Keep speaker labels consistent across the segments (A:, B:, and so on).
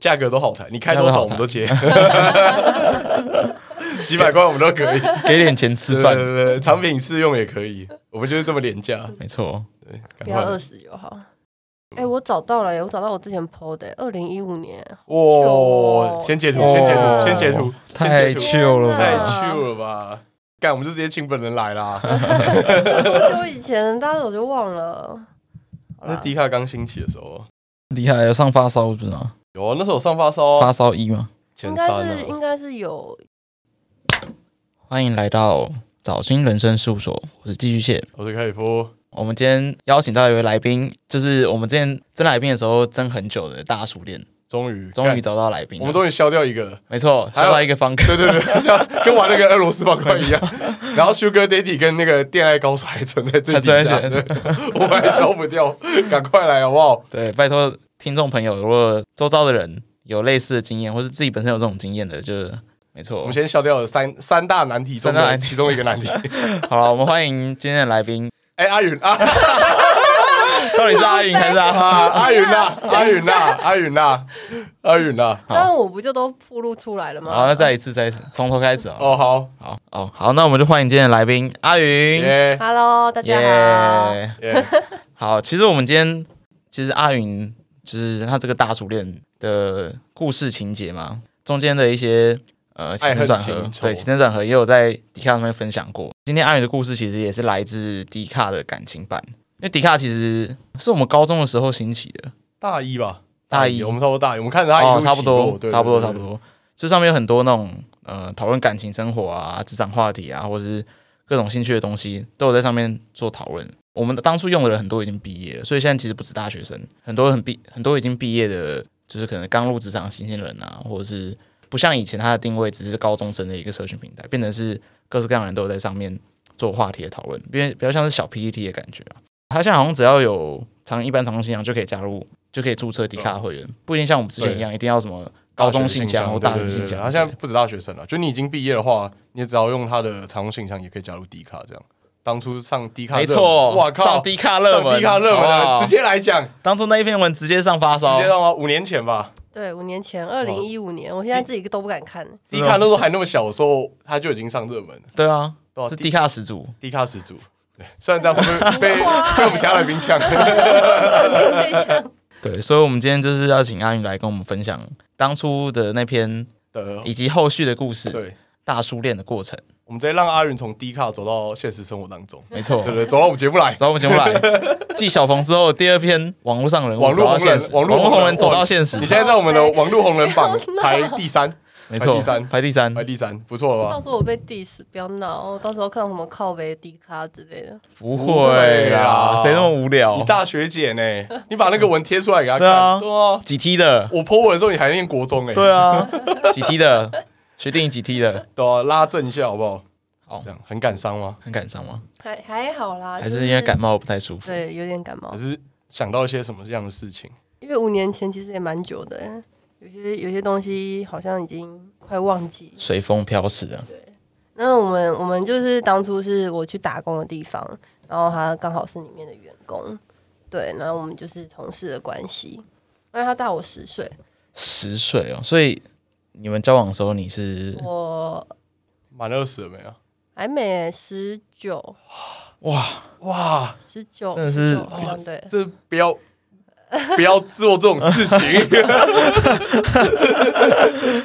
A: 价格都好谈，你开多少我们都接，几百块我们都可以。
B: 给点钱吃
A: 对
B: 饭
A: 对，对对，产品试用也可以，我们就是这么廉价。
B: 没错。
A: 对，
C: 不
A: 赶
C: 要
A: 快
C: 饿死就好。
B: 啊
C: 哎、我找到了耶，我找到我之前 PO 的耶，二零一 五年，
A: 哇！先截图，先截图，先截图，
B: 太
A: 先截图
B: chill 了
A: 太
C: 天
B: 吧
C: 哪！
A: chill 了吧？干，我们就直接请本人来啦。
C: 多久以前？大家早就忘了。好
A: 那
C: 啦
A: 迪卡刚兴起的时候，
B: 厉害，有上发烧不是吗？
A: 有啊，那时候我上发烧
B: 发烧一吗？
C: 应
A: 前三
C: 该是应
A: 啊，
C: 该是有
B: 欢迎来到早新人生事务所，我是寄居蟹。
A: 我是凯里夫。
B: 我们今天邀请到一位来宾，就是我们之前争来宾的时候争很久的大熟练，
A: 终于，
B: 终于
A: 干，
B: 找到来宾了。
A: 我们终于消掉一个了。
B: 没错，
A: 还有
B: 下来一个方格，
A: 对对对， 像跟玩那个俄罗斯方块一 样。然后 Sugar Daddy 跟那个恋爱高手还存在最底
B: 还
A: 下，
B: 存
A: 对我们还消不掉，赶快来好不好？
B: 对，拜托听众朋友，如果周遭的人有类似的经验，或是自己本身有这种经验的，就是没错。
A: 我们先消掉了三三大难题中
B: 三大
A: 的
B: 难题
A: 其中一个难题。
B: 好了，我们欢迎今天的来宾，
A: 哎，阿云啊
B: 到底是阿云还 是
A: 啊，
B: 阿？
A: 阿云呐，阿云呐，阿云呐，阿云呐。
C: 这样我不就都铺露出来了
B: 好，
C: 吗
B: 那？再一次，再一次，从头开始哦。
A: 哦，好，
B: 好哦，好，那我们就欢迎今天的来宾阿云。
A: 耶
C: Hello，大家好。
B: 耶
A: 耶，
B: 好，其实我们今天其实阿云就是他这个大熟恋的故事情节嘛，中间的一些呃起
A: 爱
B: 承
A: 恨
B: 转
A: 情
B: 合，
A: 仇
B: 对起承转合也有在迪卡上面分享过。今天阿云的故事其实也是来自迪卡的感情版，因为迪卡其实是我们高中的时候兴起的，
A: 大一吧，
B: 大一
A: 我们差不多大一，我们看着他一
B: 哦
A: 路，
B: 差不
A: 起
B: 多
A: 落，对
B: 差不多，
A: 对
B: 差不多。这上面有很多那种呃讨论感情生活啊、职场话题啊，或者是各种兴趣的东西，都有在上面做讨论。我们当初用的人很多已经毕业了，所以现在其实不止大学生，很多很毕很多已经毕业的，就是可能刚入职场的新鲜人啊，或者是不像以前他的定位只是高中生的一个社群平台，变成是各式各样的人都有在上面做话题的讨论，因为比较像是小 PPT 的感觉啊。他现在好像只要有常一般常用信仰就可以加入，就可以注册迪卡会员，不一定像我们之前一样一定要什么高中信箱或大学信
A: 对对对
B: 箱。
A: 他现在不止大学生啊了，就你已经毕业的话，你只要用他的常用信箱也可以加入迪卡这样。当初上迪卡热
B: 没
A: 门，
B: 错，
A: 哇靠，
B: 上迪卡热
A: 上
B: 门，
A: 迪卡热门
B: 哇
A: 了，直接来讲，直
B: 当初那一篇文直接上发烧
A: 接，让我五年前吧，
C: 对，五年前，二零一五年，我现在自己都不敢 看。
A: 迪
B: 啊
A: 卡那时候还那么小的时候，他就已经上热门了，
B: 对啊，
A: 对吧
B: 是迪卡始祖。
A: 迪卡始祖。对，虽然这样会不 会被
C: 哇
A: 被我们其他来宾抢，
B: 对，所以我们今天就是要请阿云来跟我们分享当初的那篇
A: 的
B: 以及后续的故事，
A: 对，
B: 大叔恋的过程。
A: 我们直接让阿云从迪卡走到现实生活当中，
B: 没错
A: 对，对，走到我们节目来，
B: 找我们节目来，继小冯之后，第二篇网络上人物
A: 网络
B: 走到
A: 红人
B: 现实
A: 网络红人
B: 红人走
A: 哇
B: 到现实
A: 你，现在在我们的网络红人榜
C: 天哪
A: 排第三，
B: 没错嗯
A: 排第，三
B: 排第三
A: 排，第三，不错了吧
C: 到？时候我被 diss，不要闹。到时候看到什么靠背、低咖之类的，
B: 不
A: 会
B: 会
A: 啦
B: 啦，谁那么无聊
A: 你？大学姐呢？你把那个文贴出来给她看。
B: 对啊
A: 对啊。
B: 几 T 的？
A: 我 po 文的时候你还念国中哎、
B: 对啊， 几 T 的？学弟你几 T 的？
A: 对啊，拉正一下好不好？
B: 好
A: 这，样很感伤吗？
B: 很感伤吗？
C: 还还好啦。
B: 还
C: 啊就是
B: 因为感？冒不太舒服？
C: 对，有点感冒
A: 还。是想到一些什么样的事情？
C: 因为五年前其实也蛮久的耶，有些有些东西好像已经快忘记。
B: 随风飘逝啊！
C: 那我们我们就是当初是我去打工的地方，然后他刚好是里面的员工，对，然后我们就是同事的关系。因为他大我十岁，
B: 十岁哦，所以你们交往的时候你是
C: 我
A: 满二十了没有？啊
C: 还没十九，
B: 哇，
A: 哇，
C: 十九，
B: 真的是
C: 19好像对，
A: 这不要不要做这种事情。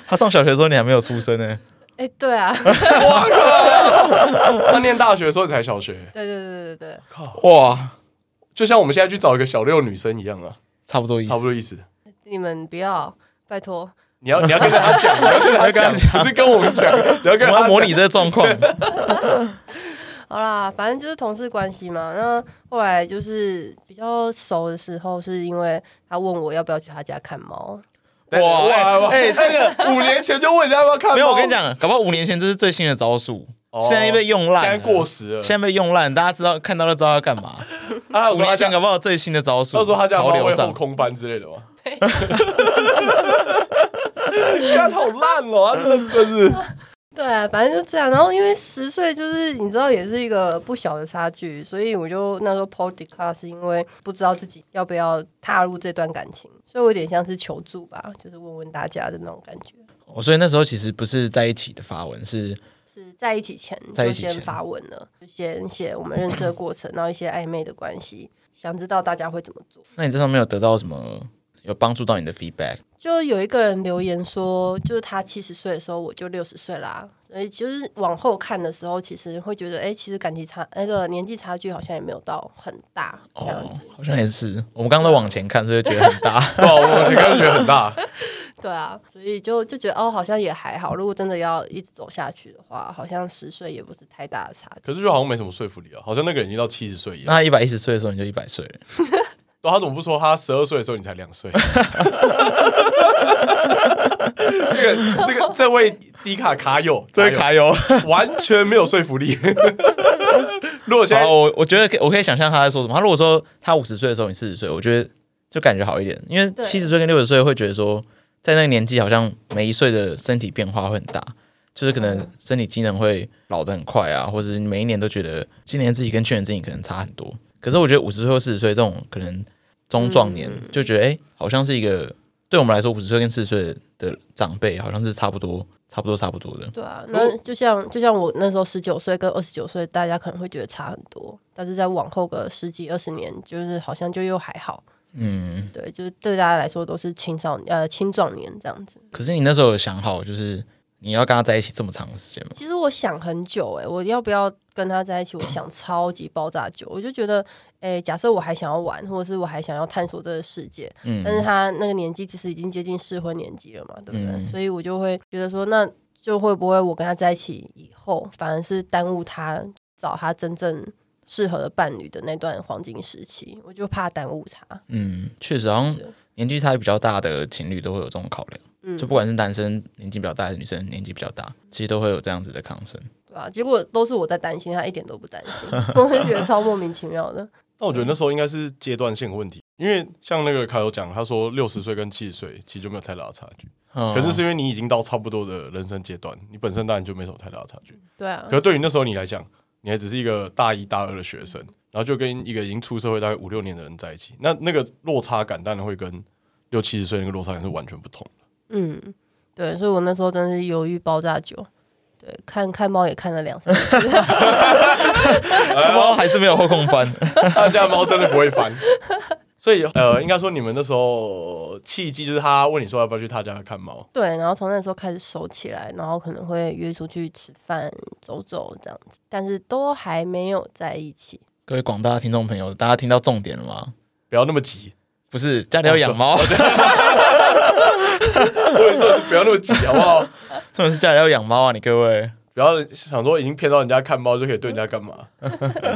B: 他上小学的时候你还没有出生呢，
C: 哎、对啊，
A: 哇靠！他念大学的时候你才小学，
C: 对对对对对，
B: 哇，
A: 就像我们现在去找一个小六女生一样啊，
B: 差不多意思
A: 差不。多意思。
C: 你们不要，拜托，
A: 你要你要跟他讲，你要跟他
B: 我要跟 他
A: 讲，不是跟我们讲，你要
B: 我
A: 跟
B: 们
A: 他
B: 要模拟
A: 讲
B: 这个状况，
C: 好啦，反正就是同事关系嘛。那后来就是比较熟的时候，是因为他问我要不要去他家看猫，
B: 哇
A: 哇哇！
B: 哎
A: 哎，那个五年前就问人家要不要看，
B: 没有我跟你，讲，搞不好五年前这是最新的招数，
A: 哦
B: 现在被用烂
A: 现
B: 了，
A: 在过时了。
B: 现在被用烂，大家知道看到就知道要干嘛。
A: 啊，我
B: 五
A: 说他
B: 年前
A: 讲，
B: 搞不好最新的招数，
A: 到时候他家
B: 潮
A: 猫
B: 流
A: 会后
B: 上，
A: 空翻之类的吗？ 看好烂哦，他真的真是。
C: 对啊，反正就这样。然后因为十岁就是你知道也是一个不小的差距，所以我就那时候 p o d i c a s 是因为不知道自己要不要踏入这段感情，所以我有点像是求助吧，就是问问大家的那种感觉。
B: 哦，所以那时候其实不是在一起的发文，是
C: 是在一起前
B: 在
C: 就
B: 一起前
C: 先发文了，就先写我们认识的过程，然后一些暧昧的关系，想知道大家会怎么做。
B: 那你这上面有得到什么有帮助到你的 feedback？
C: 就有一个人留言说，就是他七十岁的时候，我就六十岁啦。所以就是往后看的时候，其实会觉得，哎、其实感情差那个年纪差距好像也没有到很大这样
B: 哦
C: 子。，
B: 好像也是，我们刚刚都往前看，所以觉得很 大。
A: 对啊，我刚刚觉得很大，
C: 对啊，所以就就觉得哦，好像也还好。如果真的要一直走下去的话，好像十岁也不是太大的差距。
A: 可是就好像没什么说服力啊，好像那个人已经到七十岁一样。
B: 那一百一十岁的时候你就一百岁了，
A: 对啊他怎么不说他十二岁的时候你才两 岁？这个这个这位迪卡卡友，卡
B: 友。
A: 友完全没有说服 力。如果现在
B: 然后我我觉得可以我可以想象他在说什么。他如果说他五十岁的时候你四十岁，我觉得就感觉好一点，因为
C: 对
B: 七十岁跟六十岁会觉得说，在那个年纪好像每一岁的身体变化会很大，就是可能身体机能会老得很快啊，或者是你每一年都觉得今年自己跟去年自己可能差很多。可是我觉得五十岁或四十岁这种可能中壮年，就觉得哎、诶好像是一个对我们来说五十岁跟四十岁的长辈好像是差不多，差不多差不多的。
C: 对啊，
B: 哦
C: 那就像就像我那时候十九岁跟二十九岁，大家可能会觉得差很多，但是在往后个十几二十年，就是好像就又还好。
B: 嗯，
C: 对，就是对大家来说都是青少年呃青壮年这样子。
B: 可是你那时候有想好就是你要跟他在一起这么长的时间吗？
C: 其实我想很久、欸，我要不要跟他在一起？我 想超级爆炸久，我就觉得，哎、假设我还想要玩，或者是我还想要探索这个世界，
B: 嗯
C: 但是他那个年纪其实已经接近适婚年纪了嘛，对不对？
B: 嗯
C: 所以我就会觉得说，那就会不会我跟他在一起以后，反而是耽误他找他真正适合的伴侣的那段黄金时期？我就怕耽误他。
B: 嗯，确实，好像
C: 对
B: 年纪差比较大的情侣都会有这种考量，
C: 嗯，
B: 就不管是男生年纪比较大，还是女生年纪比较大，其实都会有这样子的抗争。
C: 对啊，结果都是我在担心，他一点都不担心， 我就觉得超莫名其妙的。
A: 那我觉得那时候应该是阶段性的问题，因为像那个卡友讲，他说六十岁跟七十岁其实就没有太大的差距，
B: 可
A: 可 是是因为你已经到差不多的人生阶段，你本身当然就没什么太大的差距。
C: 对啊
A: 可，是对于那时候你来讲，你还只是一个大一大二的学生，然后就跟一个已经出社会大概五六年的人在一起，那那个落差感当然会跟六七十岁那个落差感是完全不同的。
C: 嗯，对，所以我那时候真是犹豫爆炸久。对，看看猫也看了两三次，
A: 哎
B: 猫还是没有后空翻，
A: 他家猫真的不会翻，所以呃，应该说你们那时候契机就是他问你说要不要去他家看猫，
C: 对，然后从那时候开始熟起来，然后可能会约出去吃饭、走走这样子，但是都还没有在一起。
B: 各位广大听众朋友，大家听到重点了吗？
A: 不要那么急，
B: 不是家里要养
A: 哦
B: 猫，啊
A: 我跟你说不要那么急好不好？
B: 重点是家里要养猫啊！你各位，
A: 不要想说已经骗到人家看猫就可以对人家干嘛，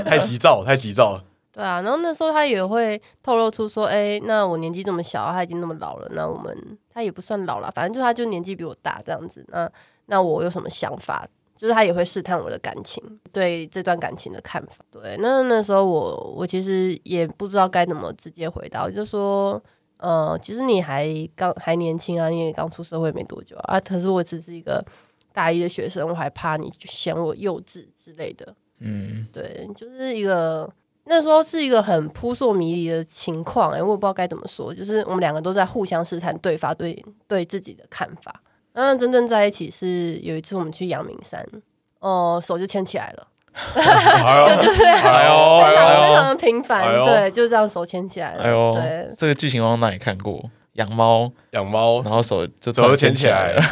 A: 太急躁，太急躁了。
C: 对啊，然后那时候他也会透露出说，哎，那我年纪这么小，他已经那么老了，那我们他也不算老了，反正就他就年纪比我大这样子。那那我有什么想法？就是他也会试探我的感情，对这段感情的看法。对，那那时候我我其实也不知道该怎么直接回答，我就说，呃，其实你还刚还年轻啊，你也刚出社会没多久啊，啊可是我只是一个大一的学生，我还怕你嫌我幼稚之类的。
B: 嗯，
C: 对，就是一个那时候是一个很扑朔迷离的情况、哎，我也不知道该怎么说，就是我们两个都在互相试探对方对对自己的看法。那真正在一起是有一次我们去阳明山，哦、手就牵起来了，
A: 哎呦，哎呦，
C: 非常
A: 哎
C: 非
A: 呦
C: 常，的频繁，
A: 哎呦
C: 对，就这样手牵起来了，
B: 哎呦
C: 对，
B: 这个剧情我好像哪里看过？养猫，
A: 养猫
B: 然后手就突
A: 手
B: 然
A: 就牵起来了。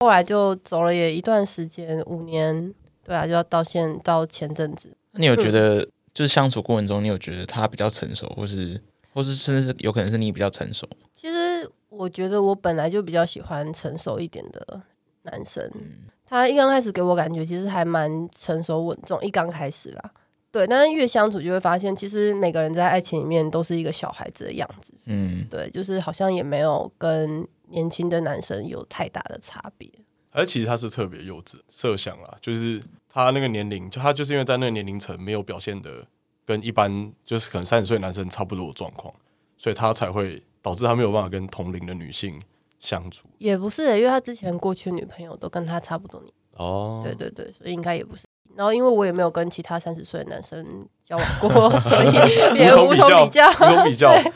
C: 后来就走了也一段时间，五年，对啊，就要到现到前阵子，
B: 那你有觉得，就是相处过程中，你有觉得他比较成熟，或是或是甚至是有可能是你比较成熟？
C: 其实我觉得我本来就比较喜欢成熟一点的男生，
A: 嗯
C: 他一刚开始给我感觉其实还蛮成熟稳重，一刚开始啦。对，但是越相处就会发现，其实每个人在爱情里面都是一个小孩子的样子。
B: 嗯，
C: 对，就是好像也没有跟年轻的男生有太大的差别。
A: 而其实他是特别幼稚，设想啦，就是他那个年龄，就他就是因为在那个年龄层没有表现的跟一般就是可能三十岁男生差不多的状况，所以他才会导致他没有办法跟同龄的女性相处？
C: 也不是、欸因为他之前过去的女朋友都跟他差不多年，
A: 哦，
C: 对对对，所以应该也不是。然后因为我也没有跟其他三十岁的男生交往过， 所以 也
A: 无
C: 无
A: 从
C: 从
A: 比
C: 比较
A: 较，。 无从比较，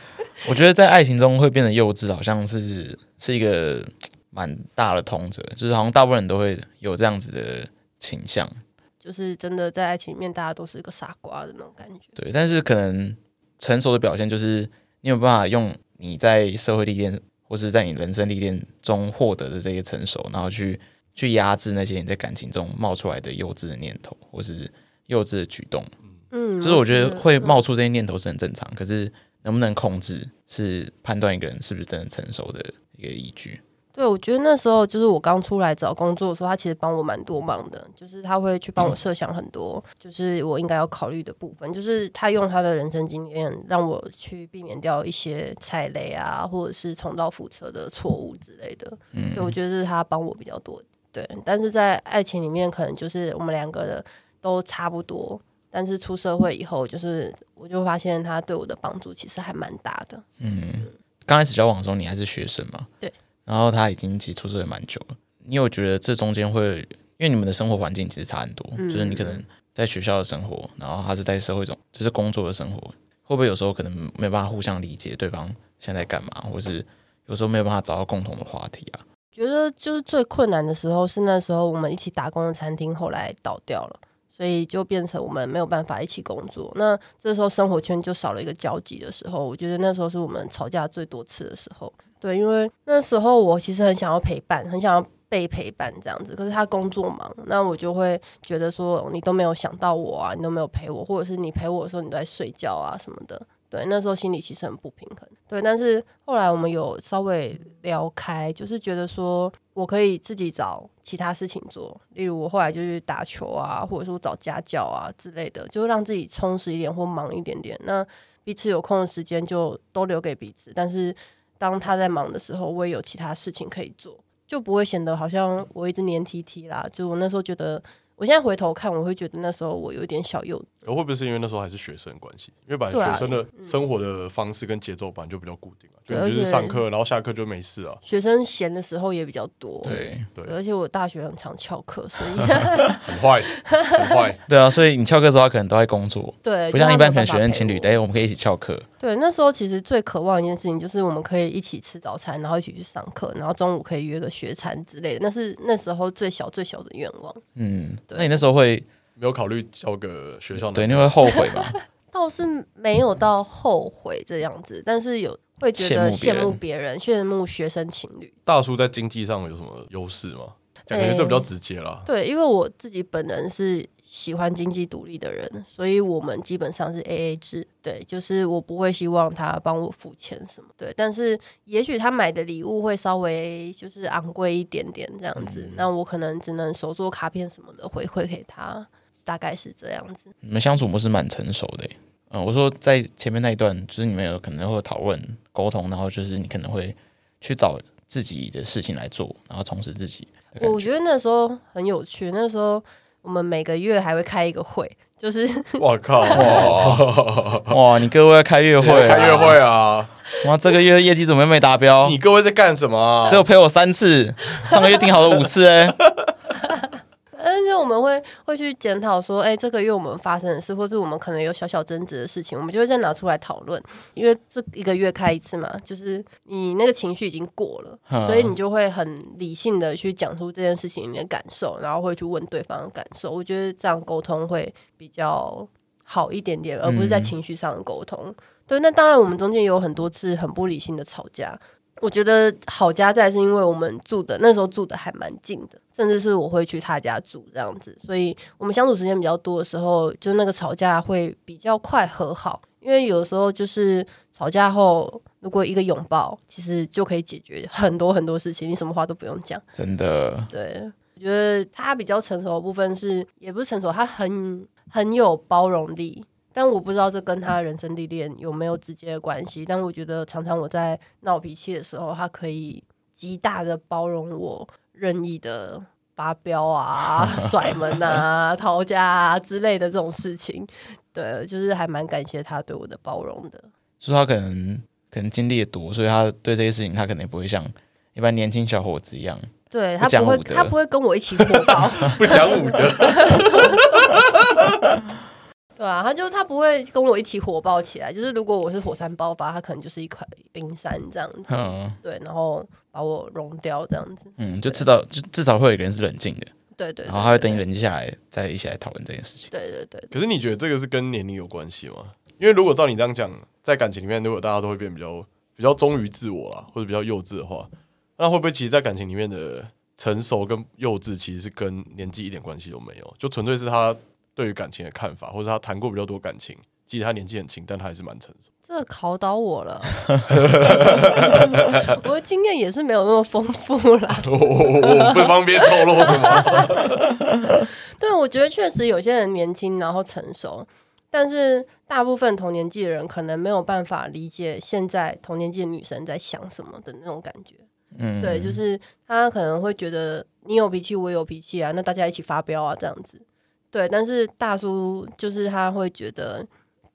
B: 我觉得在爱情中会变得幼稚，好像是是一个蛮大的通则，就是好像大部分人都会有这样子的倾向。
C: 就是真的在爱情里面，大家都是个傻瓜的那种感觉。
B: 对，但是可能成熟的表现就是你有办法用你在社会历练或是在你人生历练中获得的这些成熟，然后去去压制那些你在感情中冒出来的幼稚的念头或是幼稚的举动。
C: 嗯，
B: 就是我觉得会
C: 嗯
B: 冒出这些念头是很正常，可是能不能控制是判断一个人是不是真的成熟的一个依据。
C: 对，我觉得那时候就是我刚出来找工作的时候，他其实帮我蛮多忙的，就是他会去帮我设想很多，就是我应该要考虑的部分，就是他用他的人生经验让我去避免掉一些踩雷啊，或者是重蹈覆辙的错误之类的。
B: 嗯
C: 对，我觉得是他帮我比较多。对，但是在爱情里面，可能就是我们两个的都差不多，但是出社会以后，就是我就发现他对我的帮助其实还蛮大的。
B: 嗯，刚开始交往的时候你还是学生嘛？
C: 对。
B: 然后他已经其实出社会蛮久了，你有觉得这中间会，因为你们的生活环境其实差很多，
C: 嗯
B: 就是你可能在学校的生活，然后他是在社会中，就是工作的生活，会不会有时候可能没办法互相理解对方现在在干嘛，或是有时候没有办法找到共同的话题啊？
C: 觉得就是最困难的时候是那时候我们一起打工的餐厅后来倒掉了，所以就变成我们没有办法一起工作。那这时候生活圈就少了一个交集的时候，我觉得那时候是我们吵架最多次的时候。对，因为那时候我其实很想要陪伴，很想要被陪伴这样子，可是他工作忙，那我就会觉得说哦你都没有想到我啊，你都没有陪我，或者是你陪我的时候你都在睡觉啊什么的。对，那时候心里其实很不平衡。对，但是后来我们有稍微聊开，就是觉得说我可以自己找其他事情做，例如我后来就去打球啊，或者说找家教啊之类的，就让自己充实一点或忙一点点。那彼此有空的时间就都留给彼此，但是当他在忙的时候，我也有其他事情可以做，就不会显得好像我一直黏 T T 啦。就我那时候觉得，我现在回头看，我会觉得那时候我有一点小幼稚。
A: 会不会是因为那时候还是学生的关系？因为本
C: 对
A: 来
C: 啊
A: 学生的生活的方式跟节奏本来就比较固定啊，就
C: 对
A: 你就是
C: 而且
A: 上课，然后下课就没事啊。
C: 学生闲的时候也比较多，
B: 对
A: 对
C: 对，而且我大学很常翘课，所以
A: 很坏，很坏。
B: 对啊，所以你翘课的时候他可能都在工作，
C: 对，
B: 不
C: 就
B: 像
C: 他
B: 一般可
C: 没有
B: 能
C: 办法
B: 学生
C: 陪
B: 情侣，
C: 我
B: 哎，我们可以一起翘课，
C: 对，那时候其实最渴望一件事情就是我们可以一起吃早餐，然后一起去上课，然后中午可以约个学餐之类的，那是那时候最小最小的愿望。
B: 嗯，
C: 对
B: 那你那时候会
A: 没有考虑交个学校男
B: 对，
A: 朋
B: 你
A: 友
B: 会后悔吗？
C: 倒是没有到后悔这样子，但是有会觉得
B: 羡
C: 羡
B: 慕
C: 慕别人，羡慕学生情侣。
A: 大叔在经济上有什么优势吗？讲感觉这比较直接啦。
C: 对，因为我自己本人是喜欢经济独立的人，所以我们基本上是 A A 制。对，就是我不会希望他帮我付钱什么。对，但是也许他买的礼物会稍微就是昂贵一点点这样子，
B: 嗯
C: 那我可能只能手做卡片什么的回馈给他，大概是这样子。
B: 你们相处模式蛮成熟的欸。嗯，我说在前面那一段，就是你们有可能会有讨论、沟通，然后就是你可能会去找自己的事情来做，然后充实自己的感
C: 我
B: 觉。
C: 觉得那时候很有趣，那时候我们每个月还会开一个会，就是
A: 我靠，哇，
B: 哇，你各位要开月会啊，
A: 开约会啊！
B: 哇，这个月业绩怎么又没达标？
A: 你各位在干什么啊？
B: 只有陪我三次，上个月定好了五次 哎、
C: 但是我们会会去检讨说，哎、这个月我们发生的事，或是我们可能有小小争执的事情，我们就会再拿出来讨论。因为这一个月开一次嘛，就是你那个情绪已经过了，
B: 嗯
C: 所以你就会很理性的去讲出这件事情你的感受，然后会去问对方的感受。我觉得这样沟通会比较好一点点，而不是在情绪上的沟通。对，那当然我们中间有很多次很不理性的吵架，我觉得好家在是因为我们住的那时候住的还蛮近的，甚至是我会去他家住这样子，所以我们相处时间比较多的时候，就那个吵架会比较快和好，因为有时候就是吵架后，如果一个拥抱，其实就可以解决很多很多事情，你什么话都不用讲。
B: 真的，
C: 对，我觉得他比较成熟的部分是，也不是成熟，他很很有包容力。但我不知道这跟他人生历练有没有直接的关系。但我觉得常常我在闹脾气的时候，他可以极大的包容我任意的发飙 啊、甩门啊、逃家啊之类的这种事情。对，就是还蛮感谢他对我的包容的。
B: 就是他可能可能经历的多，所以他对这些事情他可能也不会像一般年轻小伙子一样，
C: 对
B: 不
C: 他
B: 讲
C: 不会，
B: 武德
C: 他不会跟我一起火爆，
A: 不讲武 德，
C: 对啊，他就他不会跟我一起火爆起来。就是如果我是火山爆发，他可能就是一块冰山这样子，
B: 嗯
C: 对，然后把我融掉这样子。
B: 嗯，就至少就至少会有一个人是冷静的，
C: 对对对
B: 然后他会等你
C: 对
B: 冷静下来，再一起来讨论这件事情。
C: 对对对对，
A: 可是你觉得这个是跟年龄有关系吗？因为如果照你这样讲，在感情里面，如果大家都会变比较比较忠于自我啦，或者比较幼稚的话，那会不会其实，在感情里面的成熟跟幼稚，其实是跟年纪一点关系都没有，就纯粹是他对于感情的看法，或者他谈过比较多感情，即使他年纪很轻，但他还是蛮成熟。
C: 这考倒我了， 我的经验也是没有那么丰富啦。
A: 我我 我不方便透露什么。
C: 对，我觉得确实有些人年轻然后成熟，但是大部分同年纪的人可能没有办法理解现在同年纪的女生在想什么的那种感觉。
B: 嗯，
C: 对，就是他可能会觉得你有脾气，我也有脾气啊，那大家一起发飙啊，这样子。对，但是大叔就是他会觉得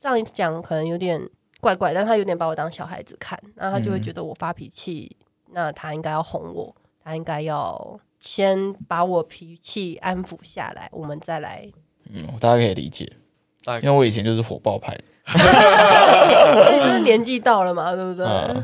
C: 这样讲可能有点怪怪，但他有点把我当小孩子看，然后他就会
B: 嗯
C: 觉得我发脾气，那他应该要哄我，他应该要先把我脾气安抚下来，我们再来。
B: 嗯，大家可以理解，
A: 大
B: 因为我以前就是火爆派的，
C: 所 以就是年纪到了嘛，对不对？
B: 嗯，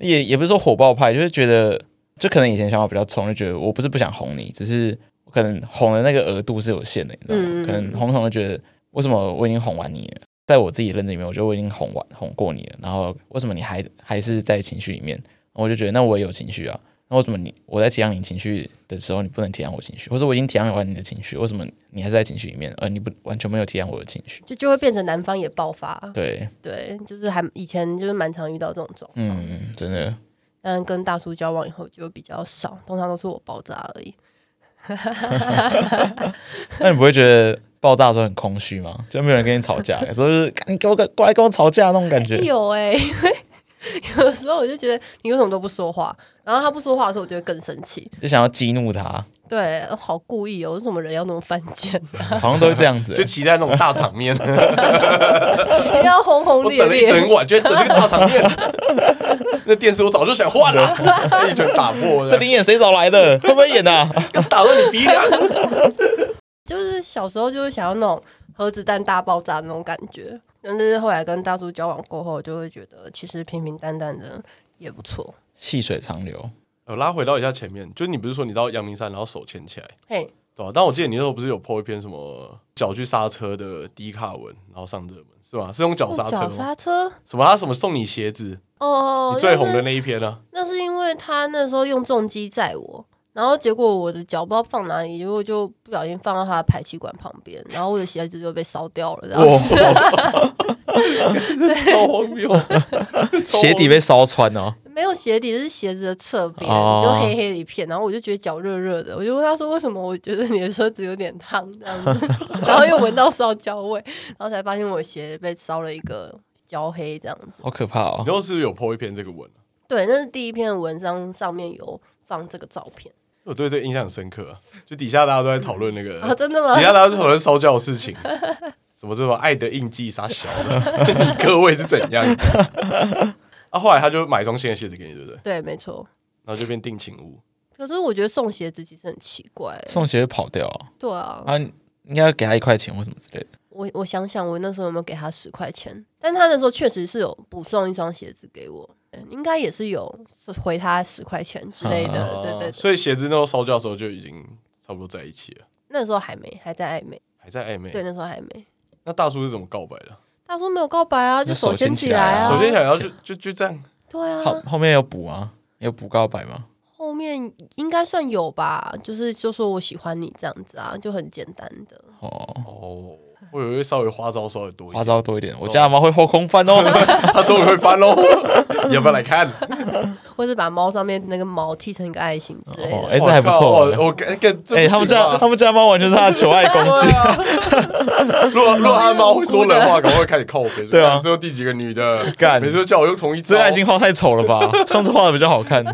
B: 也也不是说火爆派，就是觉得，就可能以前想法比较冲，就觉得我不是不想哄你，只是我可能哄的那个额度是有限的，你知道吗？
C: 嗯嗯嗯
B: 可能哄哄就觉得，为什么我已经哄完你了？在我自己的认知里面，我觉得我已经哄完哄过你了，然后为什么你还还是在情绪里面？我就觉得那我也有情绪啊，那为什么你我在体谅你情绪的时候，你不能体谅我情绪？或者我已经体谅完你的情绪，为什么你还是在情绪里面，而你不完全没有体谅我的情绪？
C: 就就会变成男方也爆发，
B: 对，
C: 对，就是还以前就是蛮常遇到这种状况。
B: 嗯，真的，
C: 但跟大叔交往以后就比较少，通常都是我爆炸而已。
B: 那你不会觉得爆炸的时候很空虚吗？就没有人跟你吵 架，有时候就是你给我个过来跟我吵架那种感觉。
C: 有哎、 因为有的时候我就觉得你为什么都不说话，然后他不说话的时候，我就会更生气。
B: 就想要激怒他，
C: 对，好故意哦，为什么人要那么犯贱、
B: 好像都会这 样子、
A: 就期待那种大场面，
C: 一定要轰轰
A: 我
C: 烈
A: 等了一整
C: 烈？
A: 晚，就在等这个大场面。 那电视我早就想换 了，一拳打破
B: 这
A: 这里
B: 灵眼谁找来 的？会不会演啊？
A: 打到你鼻梁。
C: 就是小时候就是想要那种核子弹大爆炸那种感觉，但是后来跟大叔交往过后，就会觉得其实平平淡淡的也不错。
B: 细水长流，
A: 呃，拉回到一下前面，就你不是说你到阳明山，然后手牵起来，
C: 嘿，
A: 对吧、但我记得你那时候不是有 po 一篇什么脚去刹车的低卡文，然后上热门是吗？是用脚刹车
C: 嗯脚
A: 吗？
C: 哦刹车
A: 什么？他什么送你鞋子？
C: 哦，
A: 你最红
C: 那
A: 的
C: 是
A: 那一篇啊呢、
C: 那是因为他那时候用重机载我，然后结果我的脚不知道放哪里，结果就不小心放到他的排气管旁边，然后我的鞋子就被烧掉了。然后
B: 哇，
A: 超荒谬，超荒
B: 鞋底被烧穿 哦。
C: 没有鞋底，是鞋子的侧边，
B: 哦
C: 就黑黑的一片。然后我就觉得脚热热的，我就问他说为什么？我觉得你的车子有点烫这 样子，然后又闻到烧焦味，然后才发现我的鞋被烧了一个焦黑这样子。
B: 好可怕
A: 你
B: 哦。
A: 那时候是不是有 po 一篇这个文啊、
C: 对，那是第一篇文章上面有放这个照片
A: 我对这个印象很深刻、啊，就底下大家都在讨论那个
B: 呃
C: 啊，真的吗
A: 底？下大家讨论烧焦的事情，什么什么爱的印记啥小的， 你各位是怎样？ 啊，后来他就买一双新的鞋子给你，对不对？
C: 对，没错。
A: 然后就变定情物，
C: 可是我觉得送鞋子其实很奇怪、欸
B: 送鞋会跑掉啊
C: 对啊，
B: 啊，应该要给他一块钱或什么之类的。
C: 我我想想，我那时候有没有给他十块钱？但他那时候确实是有补送一双鞋子给我，嗯应该也是有是回他十块钱之类的。
A: 哦
C: 对对对，
A: 所以鞋子那时候烧焦的时候就已经差不多在一起了，
C: 那时候还没，还在暧昧。
A: 还在暧昧。
C: 对，那时候还没。
A: 那大叔是怎么告白的？
C: 他说没有告白啊，就手牵起来
B: 啊
C: 啊。
A: 首先想要就就就这样，
C: 对
B: 后
C: 啊，
B: 后面有补啊，有补告白吗？
C: 后面应该算有吧，就是就说我喜欢你这样子啊，就很简单的。
B: 哦，
A: 哦，我以为稍微花招稍微多一
B: 花
A: 点，
B: 招多一点，我家的猫会后空 翻哦。
A: 他终于会翻喽，你 要不要来看？
C: 或者把猫上面那个毛剃成一个爱心之类
B: 哦
C: 的，
B: 哎这还不错
A: 我靠我我跟跟
B: 哎、他们家他
A: 样。
B: 们家猫完全是他的求爱工 具。
A: 对啊， 如果如果他猫会说
C: 啊
A: 人话，可能会开始靠我。
B: 对啊
A: 最后第几个女的
B: 干
A: 每次都叫我用同一
B: 这
A: 招
B: 个爱心画太丑了吧？上次画的比较好看。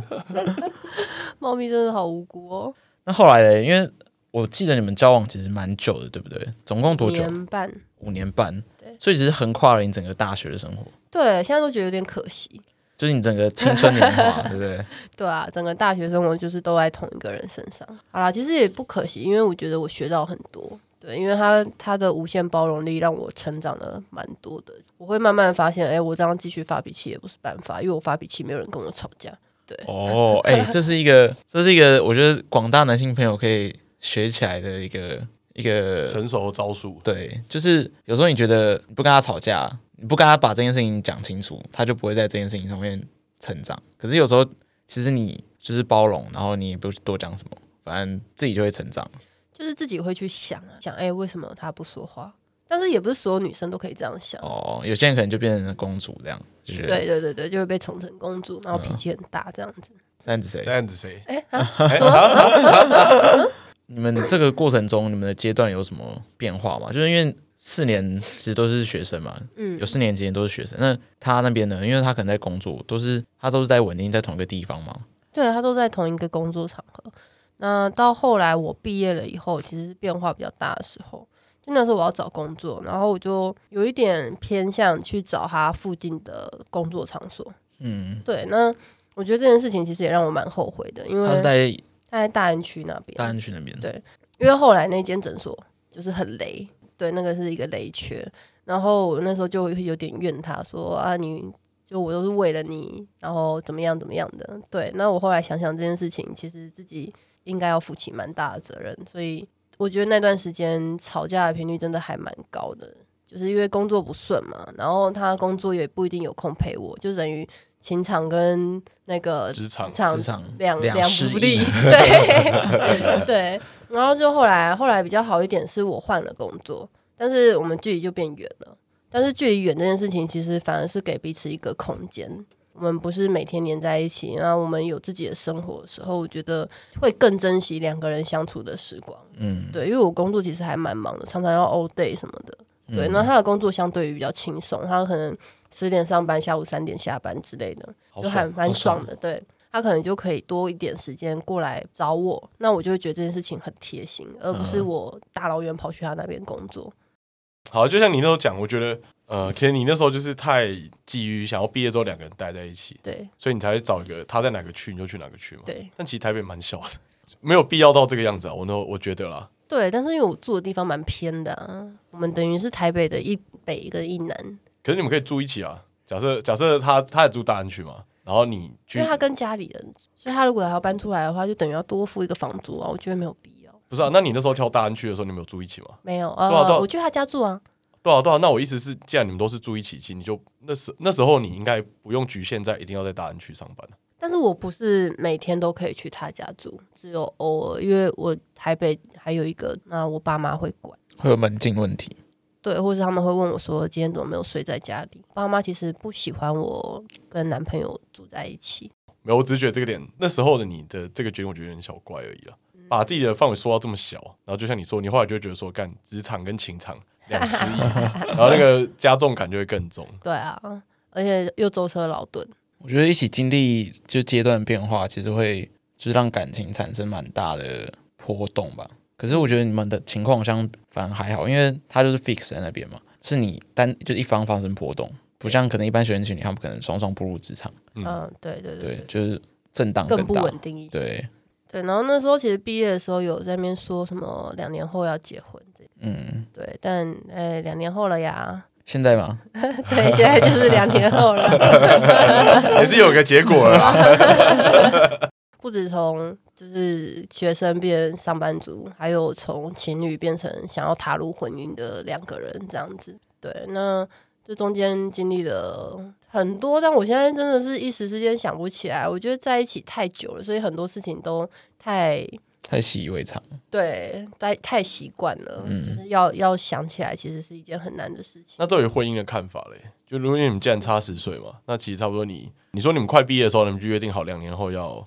C: 猫咪真的好无辜哦。
B: 那后来嘞，因为我记得你们交往其实蛮久的，对不对？总共多久？
C: 年半，
B: 五年半
C: 对。
B: 所以其实横跨了你整个大学的生活。
C: 对，现在都觉得有点可惜。
B: 就是你整个青春年 华，对不对？
C: 对啊，整个大学生活就是都在同一个人身上。好啦，其实也不可惜，因为我觉得我学到很多。对，因为他他的无限包容力让我成长了蛮多的。我会慢慢发现，哎，我这样继续发脾气也不是办法，因为我发脾气没有人跟我吵架。
B: 哦，哎、这是一个，这是一个，我觉得广大男性朋友可以学起来的一个一个
A: 成熟的招数，
B: 对，就是有时候你觉得你不跟他吵架，你不跟他把这件事情讲清楚，他就不会在这件事情上面成长。可是有时候其实你就是包容，然后你也不多讲什么，反正自己就会成长。
C: 就是自己会去想啊，想哎、为什么他不说话？但是也不是所有女生都可以这样想。
B: 哦，有些人可能就变成公主这样，就是
C: 对对对对，就会被宠成公主，然后脾气很大这样子。
B: 这样子谁
A: 这？样子谁？
B: 你们这个过程中，你们的阶段有什么变化吗？就是因为四年其实都是学生嘛，
C: 嗯
B: 有，四年级都是学生。那他那边呢？因为他可能在工作，都是他都是在稳定在同一个地方嘛。
C: 对他都在同一个工作场合。那到后来我毕业了以后，其实变化比较大的时候，就那时候我要找工作，然后我就有一点偏向去找他附近的工作场所。
B: 嗯，
C: 对，那我觉得这件事情其实也让我蛮后悔的，因为
B: 他是在
C: 他在大安区那边，
B: 大安区那边。
C: 对因为后来那间诊所就是很雷，对，那个是一个雷区。然后我那时候就会有点怨他说啊，你就我都是为了你，然后怎么样怎么样的。对，那我后来想想这件事情，其实自己应该要负起蛮大的责任，所以我觉得那段时间吵架的频率真的还蛮高的，就是因为工作不顺嘛，然后他工作也不一定有空陪我，就等于情场跟那个
A: 职场
B: 职场
C: 两
B: 两
C: 两
B: 失
C: 不
B: 意
C: 利， 对对。然后就后来后来比较好一点，是我换了工作，但是我们距离就变远了。但是距离远这件事情，其实反而是给彼此一个空间。我们不是每天黏在一起，然后我们有自己的生活的时候，我觉得会更珍惜两个人相处的时光。
B: 嗯，
C: 对，因为我工作其实还蛮忙的，常常要 all day 什么的。
B: 嗯
C: 对，那他的工作相对于比较轻松，他可能十点上班，下午三点下班之类的。
A: 好
C: 就
A: 爽
C: 还蛮
B: 好爽
C: 爽的。对他可能就可以多一点时间过来找我，那我就会觉得这件事情很贴心，而不是
B: 嗯
C: 我大老远跑去他那边工作。
A: 好，就像你那时候讲，我觉得呃，可能你那时候就是太急于想要毕业之后两个人待在一起，
C: 对
A: 所以你才会找一个他在哪个区你就去哪个区嘛。
C: 对
A: 但其实台北蛮小的，没有必要到这个样子啊。我那我觉得啦，
C: 对，但是因为我住的地方蛮偏的、啊，我们等于是台北的一北跟一南，
A: 可是你们可以住一起啊。假设假设他他也住大安区嘛，然后你
C: 因
A: 去
C: 为他跟家里人，所以他如果还要搬出来的话，就等于要多付一个房租啊，我觉得没有必要。
A: 不是啊？那你那时候挑大安区的时候，你们有住一起吗？
C: 没有，
A: 对啊对
C: 呃，
A: 啊
C: 我去他家住啊，
A: 对啊对啊。那我意思是，既然你们都是住一起，其实你就那时那时候你应该不用局限在一定要在大安区上班。啊
C: 但是我不是每天都可以去他家住，只有偶尔，因为我台北还有一个，那我爸妈会管。
B: 会有门禁问题。
C: 对，或是他们会问我说今天怎么没有睡在家里？爸妈其实不喜欢我跟男朋友住在一起。
A: 没有，我只是觉得这个点，那时候的你的这个决定，我觉得有点小怪而已了。把自己的范围缩到这么小，然后就像你说，你后来就会觉得说，干职场跟情场两失意，然后那个加重感就会更重。
C: 对啊，而且又舟车劳顿。
B: 我觉得一起经历就阶段变化，其实会就是让感情产生蛮大的波动吧。可是我觉得你们的情况相反而还好，因为他就是 fix 在那边嘛，是你单就一方发生波动，不像可能一般学生情侣，他们可能双双步入职场，
A: 嗯
C: 嗯，对对对，
B: 对，就是震荡
C: 更不
B: 大。
C: 稳定一点。
B: 对，
C: 对，然后那时候其实毕业的时候有在那边说什么两年后要结婚这，
B: 嗯，
C: 对，但哎两年后了呀，
B: 现在嘛，
C: 对，现在就是两年后了。
A: 也是有个结果了啦。
C: 不止从就是学生变成上班族，还有从情侣变成想要踏入婚姻的两个人这样子。对，那这中间经历了很多，但我现在真的是一时之间想不起来。我觉得在一起太久了，所以很多事情都太
B: 太习以为常。
C: 对太太习惯了，
B: 嗯
C: 就是要要想起来，其实是一件很难的事情。
A: 那对于婚姻的看法嘞？就如果你们既然差十岁嘛，那其实差不多你你说你们快毕业的时候，你们就约定好两年后要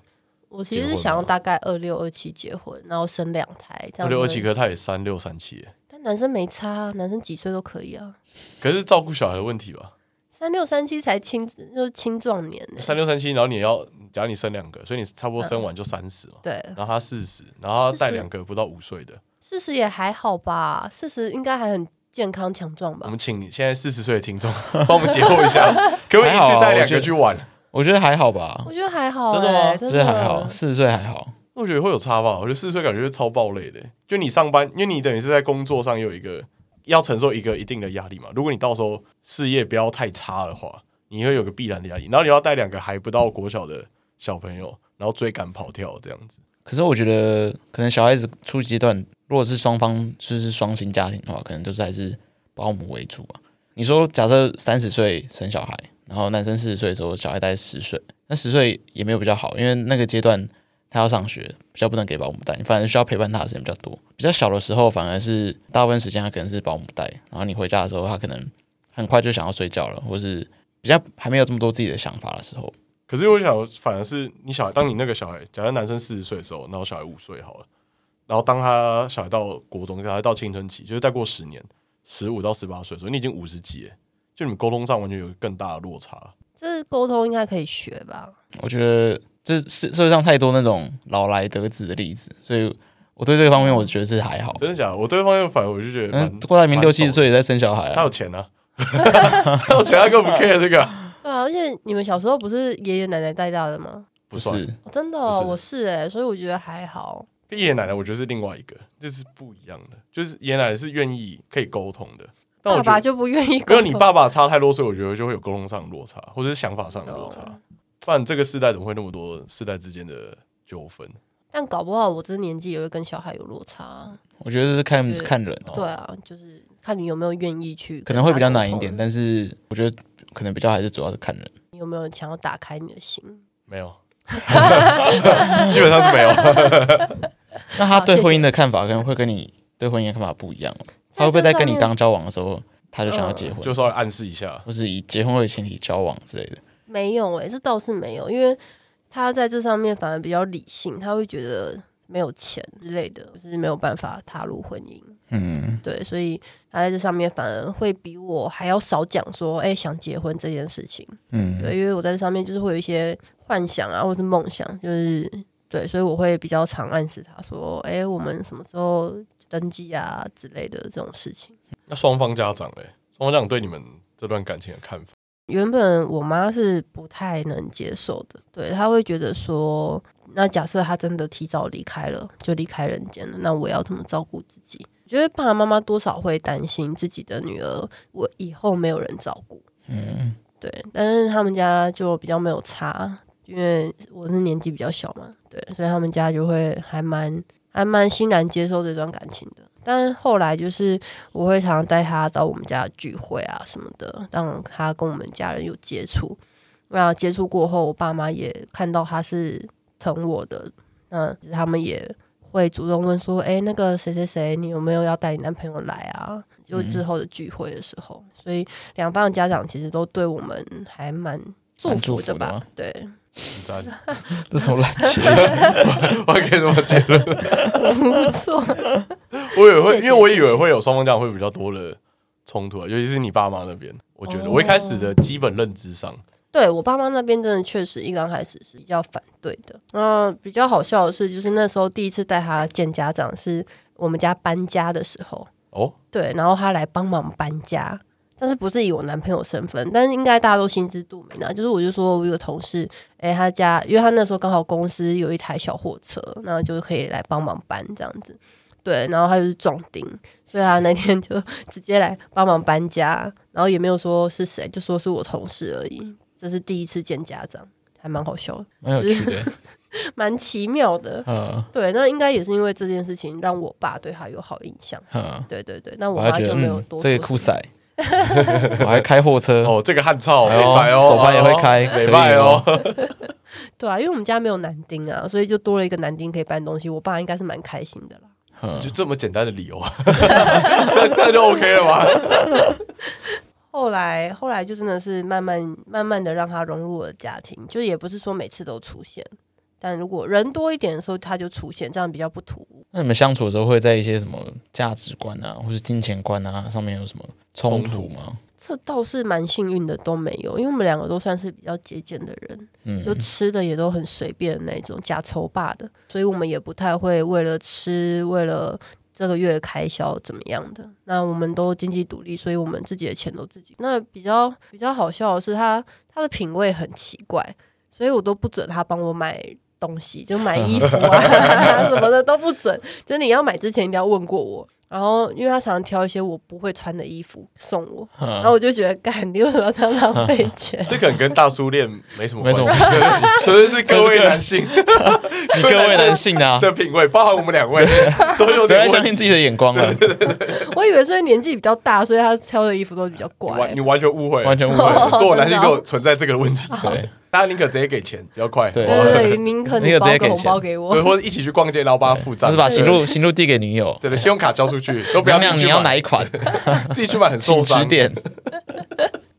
C: 我其实
A: 结婚
C: 是
A: 吗
C: 想要大概二六二七结婚，然后生两胎这
A: 二
C: 样。
A: 六二七，可，是他也三六三七耶，
C: 但男生没差啊，男生几岁都可以啊。
A: 可是照顾小孩的问题吧？
C: 三六三七才青，就是青壮年欸呢、
A: 三六三七，然后你也要假如你生两个，所以你差不多生完就三十嘛，
C: 对，
A: 然后他四十，然后他带
C: 40
A: 两个不到五岁的。
C: 四十也还好吧，四十应该还很健康强壮
A: 我
C: 吧
A: 们。请你现在四十岁的听众帮我们解惑一下，可不可以一次带两个去玩？
B: 我我觉得还好吧
C: 我，觉得还好、
A: 真的
C: 哎
A: 吗
B: 我
C: 真
B: 觉
C: 的
B: 得还好，四十岁还好。
A: 我觉得会有差吧。我觉得四十岁感觉是超爆累的，就你上班，因为你等于是在工作上有一个要承受一个一定的压力嘛。如果你到时候事业不要太差的话，你会有个必然的压力。然后你要带两个还不到国小的小朋友，然后追赶跑跳这样子。
B: 可是我觉得，可能小孩子初级阶段，如果是双方就是双薪家庭的话，可能就是还是保姆为主啊。你说，假设三十岁生小孩，然后男生四十岁的时候，小孩大概十岁，那十岁也没有比较好，因为那个阶段他要上学，比较不能给保姆带，你反而需要陪伴他的时间比较多。比较小的时候，反而是大部分时间他可能是保姆带，然后你回家的时候，他可能很快就想要睡觉了，或是比较还没有这么多自己的想法的时候，
A: 可是我想，反而是你小孩，当你那个小孩，假如男生四十岁的时候，然后小孩五岁好了，然后当他小孩到国中，小孩到青春期，就是再过十年，十五到十八岁的时候，你已经五十几了，就你们沟通上完全有更大的落差。
C: 这沟通应该可以学吧？
B: 我觉得这世社会上太多那种老来得子的例子，所以我对这个方面我觉得是还好。
A: 真的假的？我对方面反而我就觉得蛮
B: 嗯，，郭台铭
A: 蛮
B: 六七十
A: 懂
B: 岁也在生小孩
A: 的，他
B: 啊，
A: 有钱啊， 他有钱，他根本不 care 这个啊，
C: 对啊，而且你们小时候不是爷爷奶奶带大的吗？
A: 不算。
B: 是
C: 哦、真的哦、
A: 不是
C: 我是哎、所以我觉得还好。
A: 爷爷奶奶，我觉得是另外一个，就是不一样的，就是爷爷奶奶是愿意可以沟通的，但
C: 爸
A: 我觉
C: 爸
A: 得。
C: 就不愿意
A: 如
C: 沟通。
A: 果你爸爸差太多岁，我觉得就会有沟通上的落差，或者是想法上的落差。
C: 哦
A: 不然这个世代怎么会那么多世代之间的纠纷？
C: 但搞不好我这年纪也会跟小孩有落差啊、
B: 我觉得是看
C: 是
B: 看人，
C: 对啊，就是看你有没有愿意去，
B: 可能会比较难一点，。但是我觉得可能比较还是主要是看人。
C: 你有没有想要打开你的心？
A: 没有， 基本上是没有。
B: 那他
C: 好谢
B: 对
C: 谢
B: 婚姻的看法可能会跟你对婚姻的看法不一样哦，他会不会在跟你刚交往的时候他就想要
C: 嗯
B: 结婚，
A: 就稍微暗示一下，
B: 或是以结婚为前提交往之类的？
C: 没有哎、这倒是没有，因为他在这上面反而比较理性，他会觉得没有钱之类的，就是没有办法踏入婚姻。
B: 嗯，
C: 对，所以他在这上面反而会比我还要少讲说，哎、想结婚这件事情。
B: 嗯
C: 对，因为我在这上面就是会有一些幻想啊，或者是梦想，就是对，所以我会比较常暗示他说，哎、我们什么时候登记啊之类的这种事情。
A: 那双方家长嘞，双方家长对你们这段感情的看法，
C: 原本我妈是不太能接受的，对她会觉得说，那假设她真的提早离开了，就离开人间了，那我要怎么照顾自己？我觉得爸爸妈妈多少会担心自己的女儿，我以后没有人照顾。
B: 嗯，
C: 对，但是他们家就比较没有差，因为我是年纪比较小嘛，对，所以他们家就会还蛮还蛮欣然接受这段感情的。但后来就是我会常常带他到我们家聚会啊什么的，让他跟我们家人有接触。那接触过后，我爸妈也看到他是疼我的，那他们也会主动问说：“哎、那个谁谁谁，你有没有要带你男朋友来啊？”就
B: 嗯
C: 之后的聚会的时候，所以两方的家长其实都对我们还蛮祝
B: 蛮祝
C: 福
B: 福的
C: 的吧？
B: 吗
C: 对，
A: 你在
B: 这什么烂结论？
A: 我还可以这么结论？
C: 不错，
A: 我以为会，
C: 谢
A: 因
C: 谢
A: 为我以为会有双方家长会比较多的冲突啊，尤其是你爸妈那边。我觉得
C: 哦
A: 我一开始的基本认知上，
C: 对我爸妈那边真的确实一刚开始是比较反对的。那比较好笑的是，就是那时候第一次带他见家长是我们家搬家的时候，
A: 哦，
C: 对，然后他来帮忙搬家，但是不是以我男朋友身份，但是应该大家都心知肚明啊。就是我就说我有个同事，诶，他家，因为他那时候刚好公司有一台小货车，然后就可以来帮忙搬这样子。对，然后他就是壮丁，所以他那天就直接来帮忙搬家，然后也没有说是谁，就说是我同事而已。这是第一次见家长，还蛮好笑的，
B: 蛮有趣 的，
C: 蛮奇妙的。
B: 嗯
C: 对，那应该也是因为这件事情让我爸对他有好印象。
B: 嗯。
C: 对对对，哦那我
B: 我还
C: 妈
B: 觉得
C: 就没有
B: 嗯
C: 多、
B: 这个酷塞， 我还开货车，
A: 哦，这个汉操，
B: 哎呦
A: 没塞哦，
B: 手牌也会开
A: 哦没卖哦。
C: 对啊，因为我们家没有男丁啊，所以就多了一个男丁可以搬东西。我爸应该是蛮开心的啦。
B: 嗯
A: 就这么简单的理由啊， 这这样就 OK 了吗？
C: 后来，后来就真的是慢慢、慢慢的让他融入我的家庭，就也不是说每次都出现，但如果人多一点的时候，他就出现，这样比较不突兀。
B: 那你们相处的时候会在一些什么价值观啊，或是金钱观啊上面有什么冲突吗？
C: 这倒是蛮幸运的，都没有，因为我们两个都算是比较节俭的人，
B: 嗯，
C: 就吃的也都很随便的那种，假愁霸的，所以我们也不太会为了吃、为了这个月的开销怎么样的。那我们都经济独立，所以我们自己的钱都自己。那比较比较好笑的是他，他的品味很奇怪，所以我都不准他帮我买东西，就买衣服 啊什么的都不准。就是你要买之前一定要问过我。然后，因为他常常挑一些我不会穿的衣服送 我，
B: 嗯
C: 然后我就觉得，干，你为什么要这样浪费钱？
A: 这可能跟大叔恋没什么
B: 没
A: 关
B: 什
A: 系
B: 么，
A: 对纯粹是各位男性
B: 你各位男性啊，
A: 的品味，包含我们两位都有
B: 不要
A: 点
B: 再相
A: 问
B: 信自
A: 题。
B: 己的眼光 了，
C: 我以为是因为年纪比较大，所以他挑的衣服都比较
A: 你
C: 怪
A: 完你。完全误会，
B: 完全误
A: 对
B: 会。
A: 所有男性都有存在这个问题。
B: 对，
A: 大家宁可直接给钱，比较快，
B: 对
C: 对对对，宁可
B: 那
C: 你
B: 个直
C: 包
B: 接
C: 个
B: 给
C: 红包
B: 钱
C: 给
A: 对，
C: 我。
A: 或者一起去逛街，然后帮他付账，
B: 就是把
A: 对
B: 行路行路递给女友。
A: 对对，信用卡交出去，都不要
B: 娘
A: 自己去
B: 娘，你要
A: 买
B: 哪一款？
A: 自己去买很受
B: 请指
A: 伤，
B: 点。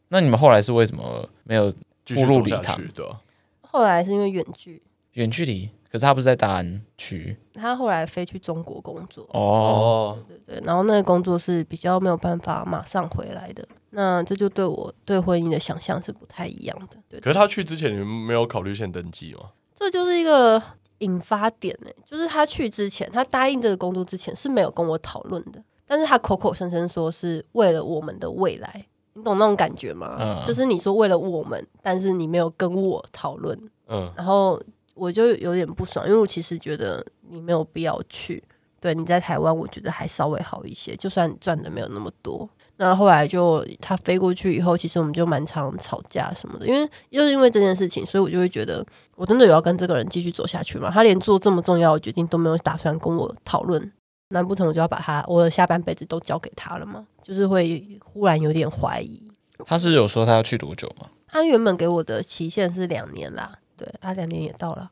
B: 那你们后来是为什么没有
A: 继续
B: 步入
A: 做
B: 礼
A: 下
B: 堂
A: 去，对吧？
C: 后来是因为远距，
B: 远距离？可是他不是在大安区
C: 他后来飞去中国工作，
B: 哦，
A: 哦，
C: 对，然后那个工作是比较没有办法马上回来的。那这就对我对婚姻的想象是不太一样的。对，
A: 可是他去之前，你们没有考虑先登记吗？
C: 这就是一个引发点呢、就是他去之前，他答应这个工作之前是没有跟我讨论的，但是他口口声声说是为了我们的未来，你懂那种感觉吗？
B: 嗯
C: 就是你说为了我们，但是你没有跟我讨论，
A: 嗯，
C: 然后我就有点不爽，因为我其实觉得你没有必要去。对，你在台湾，我觉得还稍微好一些，就算你赚的没有那么多。那后来就他飞过去以后，其实我们就蛮常吵架什么的，因为又是因为这件事情，所以我就会觉得我真的有要跟这个人继续走下去吗？他连做这么重要的决定都没有打算跟我讨论，难不成我就要把他我的下半辈子都交给他了吗？就是会忽然有点怀疑。
B: 他是有说他要去多久 吗？
C: 他原本给我的期限是两年啦，对，啊，两年也到了。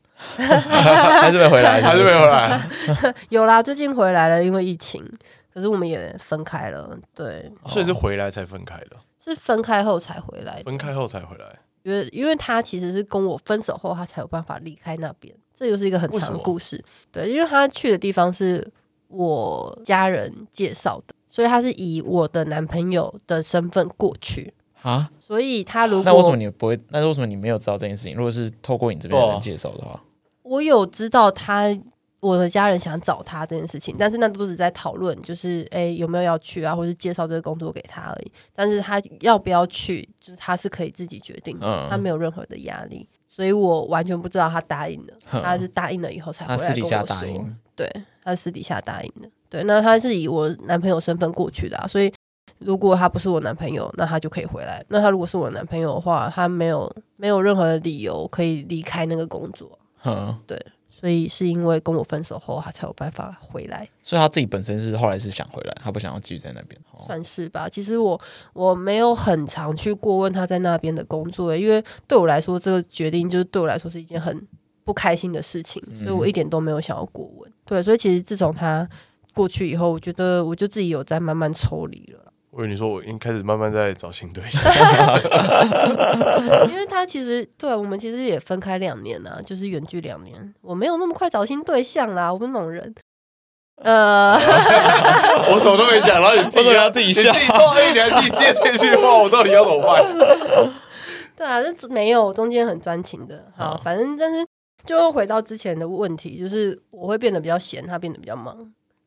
B: 还是没回 来？
A: 还是没回来，
C: 有啦，最近回来了，因为疫情，可是我们也分开了，对，
B: 哦
A: 所以是回来才分开的，
C: 是分开后才回来的。
A: 分开后才回来。
C: 因为因为他其实是跟我分手后，他才有办法离开那边，这就是一个很
A: 为什
C: 长的
A: 么
C: 故事。对，因为他去的地方是我家人介绍的，所以他是以我的男朋友的身份过去。
B: 啊？
C: 所以他如果
B: 那为什么你不会？那为什么你没有知道这件事情？如果是透过你这边的人介绍的话，
C: 我有知道他我的家人想找他这件事情，但是那都只在讨论，就是诶有没有要去啊，或是介绍这个工作给他而已。但是他要不要去，就是他是可以自己决定的，
B: 嗯
C: 他没有任何的压力，所以我完全不知道他答应了，
B: 哼
C: 他是答应了以后才回
B: 嗯他私
C: 来
B: 底
C: 跟我
B: 下答
C: 说。
B: 应，
C: 对，他私底下答应的。对，那他是以我男朋友身份过去的、啊，所以如果他不是我男朋友，那他就可以回来；那他如果是我男朋友的话，他没有没有任何的理由可以离开那个工作。
B: 嗯，
C: 所以是因为跟我分手后，他才有办法回来，
B: 所以他自己本身是后来是想回来，他不想要继续在那边。哦
C: 算是吧。其实我我没有很常去过问他在那边的工作、欸因为对我来说，这个决定就是对我来说是一件很不开心的事情，所以我一点都没有想要过问。对，所以其实自从他过去以后，我觉得我就自己有在慢慢抽离了。
A: 我跟你说，我已经开始慢慢在找新对象，
C: 因为他其实对啊我们其实也分开两年啦，就是远距两年，我没有那么快找新对象啦，我不是那种人。呃，
A: 我什么都没讲，然后你自
B: 为
A: 己
B: 什么要自己笑
A: 你自己到一年纪接这句话，我到底要怎么 办？
C: 对啊，这没有中间很专情的。好，
B: 好
C: 反正但是就回到之前的问题，就是我会变得比较闲，他变得比较忙，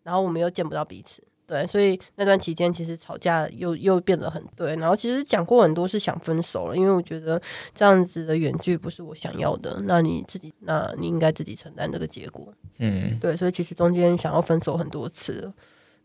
C: 然后我们又见不到彼此。对，所以那段期间其实吵架又又变得很对，然后其实讲过很多是想分手了，因为我觉得这样子的远距不是我想要的，那你自己，那你应该自己承担这个结果。
B: 嗯，
C: 对，所以其实中间想要分手很多次了，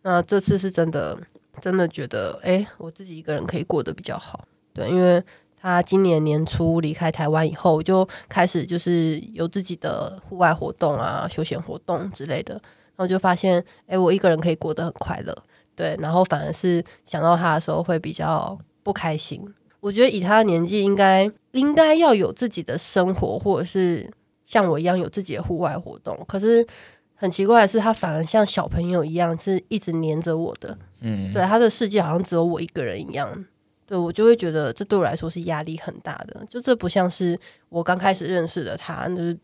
C: 那这次是真的真的觉得，哎、我自己一个人可以过得比较好。对，因为他今年年初离开台湾以后，我就开始就是有自己的户外活动啊、休闲活动之类的，然后就发现，哎、我一个人可以过得很快乐。对，然后反而是想到他的时候会比较不开心。我觉得以他的年纪，应该应该要有自己的生活，或者是像我一样有自己的户外活动。可是很奇怪的是，他反而像小朋友一样，是一直黏着我的。
B: 嗯
C: 对，他的世界好像只有我一个人一样。对我就会觉得这对我来说是压力很大的，就这不像是我刚开始认识的他，就是、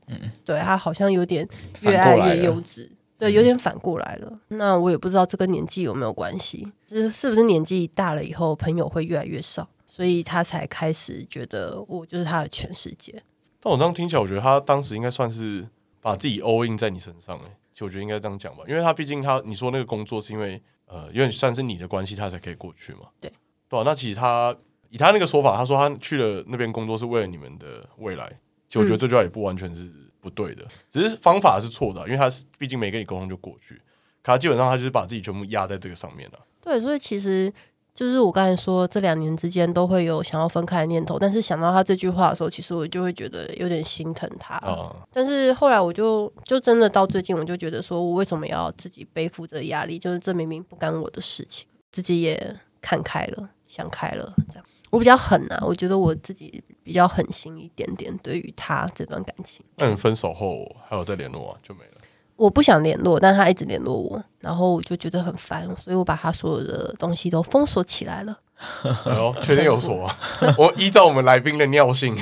C: 对他好像有点越
B: 嗯反
C: 爱
B: 过来
C: 越
B: 了
C: 幼稚，对，有点反过来了。那我也不知道这跟年纪有没有关系，就是是不是年纪大了以后朋友会越来越少，所以他才开始觉得我就是他的全世界。
A: 但我这样听起来，我觉得他当时应该算是把自己 all in 在你身上、欸，哎，其我觉得应该这样讲吧，因为他毕竟他你说那个工作是因为呃，有点算是你的关系，他才可以过去嘛。
C: 对，
A: 对啊。那其实他以他那个说法，他说他去了那边工作是为了你们的未来，其实我觉得这句话也不完全是不对的，只是方法是错的啊、因为他是毕竟没跟你沟通就过去，可他基本上他就是把自己全部压在这个上面了、
C: 对，所以其实就是我刚才说，这两年之间都会有想要分开的念头，但是想到他这句话的时候，其实我就会觉得有点心疼他。
A: 啊。
C: 但是后来我就就真的到最近，我就觉得说我为什么要自己背负这个压力？就是这明明不干我的事情，自己也看开了，想开了，这样。我比较狠啊，我觉得我自己比较狠心一点点，对于他这段感情。
A: 那你们分手后还有再联络啊？就没了。
C: 我不想联络，但他一直联络我，然后我就觉得很烦，所以我把他所有的东西都封锁起来了。
A: 哎呦，确定有锁啊？我依照我们来宾的尿 性，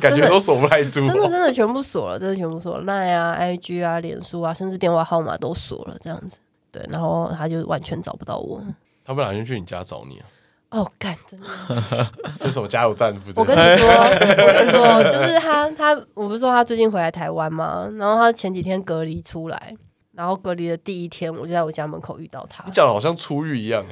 A: 感觉都锁不太住、
C: 真的
A: 哦。
C: 真的全部锁了，真的全部锁了，赖啊、IG 啊、脸书啊，甚至电话号码都锁了，这样子。对，然后他就完全找不到我。
A: 他不小心去你家找你啊？
C: 哦，干，真的！
A: 就什么加油站附近？
C: 我跟你说，我跟你说，就是他，他，我不是说他最近回来台湾吗？然后他前几天隔离出来，然后隔离的第一天，我就在我家门口遇到他
A: 你。讲的好像出狱一样、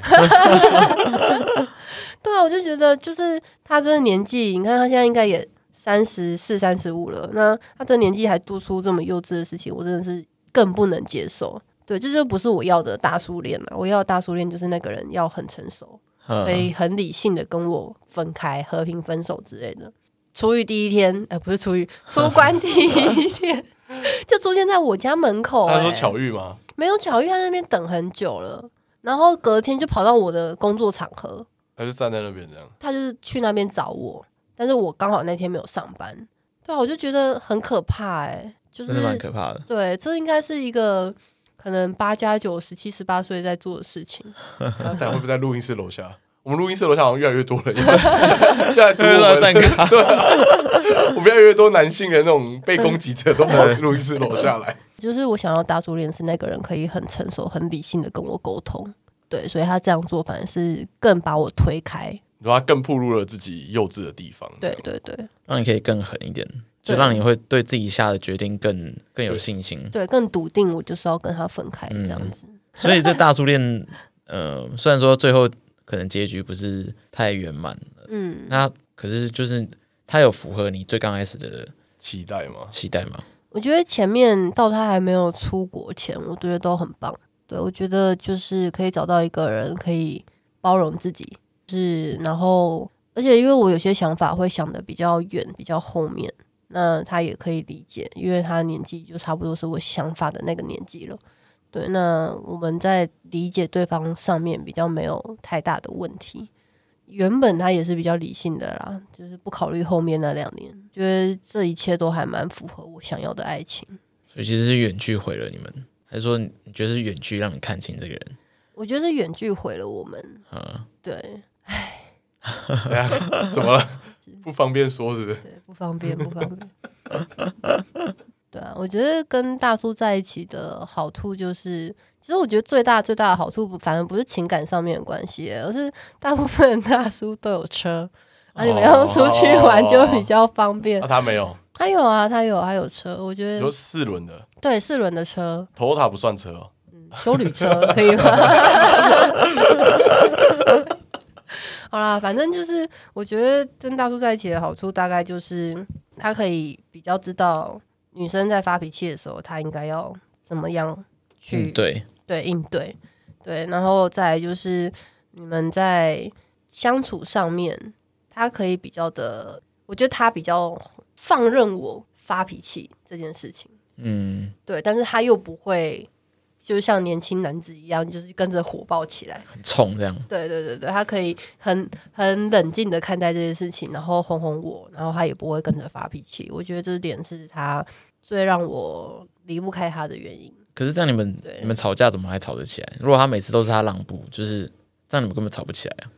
C: 对啊，我就觉得，就是他这个年纪，你看他现在应该也三十四、三十五了，那他这个年纪还做出这么幼稚的事情，我真的是更不能接受。对，这就不是我要的大叔恋了。我要的大叔恋就是那个人要很成 熟，可
B: 嗯，
C: 以很理性的跟我分开、和平分手之类的。出狱第一天，呃，不是出狱，出关第一天 就出现在我家门口、
A: 他
C: 欸。
A: 说巧遇吗？
C: 没有巧遇，他在那边等很久了，然后隔天就跑到我的工作场合，
A: 他就站在那边 这样。
C: 他就是去那边找我，但是我刚好那天没有上班，对啊，我就觉得很可怕哎、就
B: 真的蛮
C: 是
B: 可怕 的。
C: 对，这应该是一个可能八加九、十七、十八岁在做的事情，
A: 他等下会不会在录音室楼下？我们录音室楼下好像越来越多人， 越来 越多
B: 对
A: 我
B: 对
A: 们，
B: 对，
A: 我们越来越多男性的那种被攻击者都跑去录音室楼下 来。
C: 就是我想要大叔恋是那个人可以很成熟、很理性的跟我沟通，对，所以他这样做反而是更把我推开，
A: 你说他更暴露了自己幼稚的地方。
C: 对对对
B: 让你可以更狠一点，就
C: 对
B: 让你会对自己下的决定更更有信心。
C: 对，更笃定我就是要跟他分开
B: 嗯
C: 这样子，
B: 所以这大叔恋，呃，虽然说最后可能结局不是太圆满，
C: 嗯，
B: 那可是就是它有符合你最刚开始的
A: 期待吗？
B: 期待吗？
C: 我觉得前面到他还没有出国前，我觉得都很棒。对，我觉得就是可以找到一个人可以包容自己，是，然后而且因为我有些想法会想的比较远，比较后面，那他也可以理解，因为他年纪就差不多是我想法的那个年纪了。对，那我们在理解对方上面比较没有太大的问题。原本他也是比较理性的啦，就是不考虑后面那两年，觉得这一切都还蛮符合我想要的爱情。
B: 所以其实是远距毁了你们，还是说你你觉得是远距让你看清这个人？
C: 我觉得是远距毁了我们，
B: 啊，
C: 对，
A: 对啊，怎么 了？不方便说是不是？
C: 对，不方便，不方便。 对啊，我觉得跟大叔在一起的好处就是，其实我觉得最大最大的好处不，反而不是情感上面的关系，而是大部分的大叔都有车，啊，你们要出去玩就比较方 便
A: 啊那、。他没有，
C: 他有啊，他有，他有车，我觉
A: 你
C: 得
A: 说四轮的
C: 对四轮的车，
A: 头塔不算车、哦。
C: 修旅车可以吗？ 好啦，反正就是我觉得跟大叔在一起的好处，大概就是他可以比较知道女生在发脾气的时候，他应该要怎么样去、
B: 嗯，对，
C: 对应对，对，然后再来就是你们在相处上面，他可以比较的，我觉得他比较放任我发脾气这件事情。
B: 嗯，
C: 对，但是他又不会，就像年轻男子一样，就是跟着火爆起来。
B: 很冲这样，
C: 对对对对，他可以很很冷静的看待这件事情，然后哄哄我，然后他也不会跟着发脾气。我觉得这点是他最让我离不开他的原因。
B: 可是这样你们
C: 对
B: 你们吵架怎么还吵得起来？如果他每次都是他让步，就是这样你们根本吵不起来啊。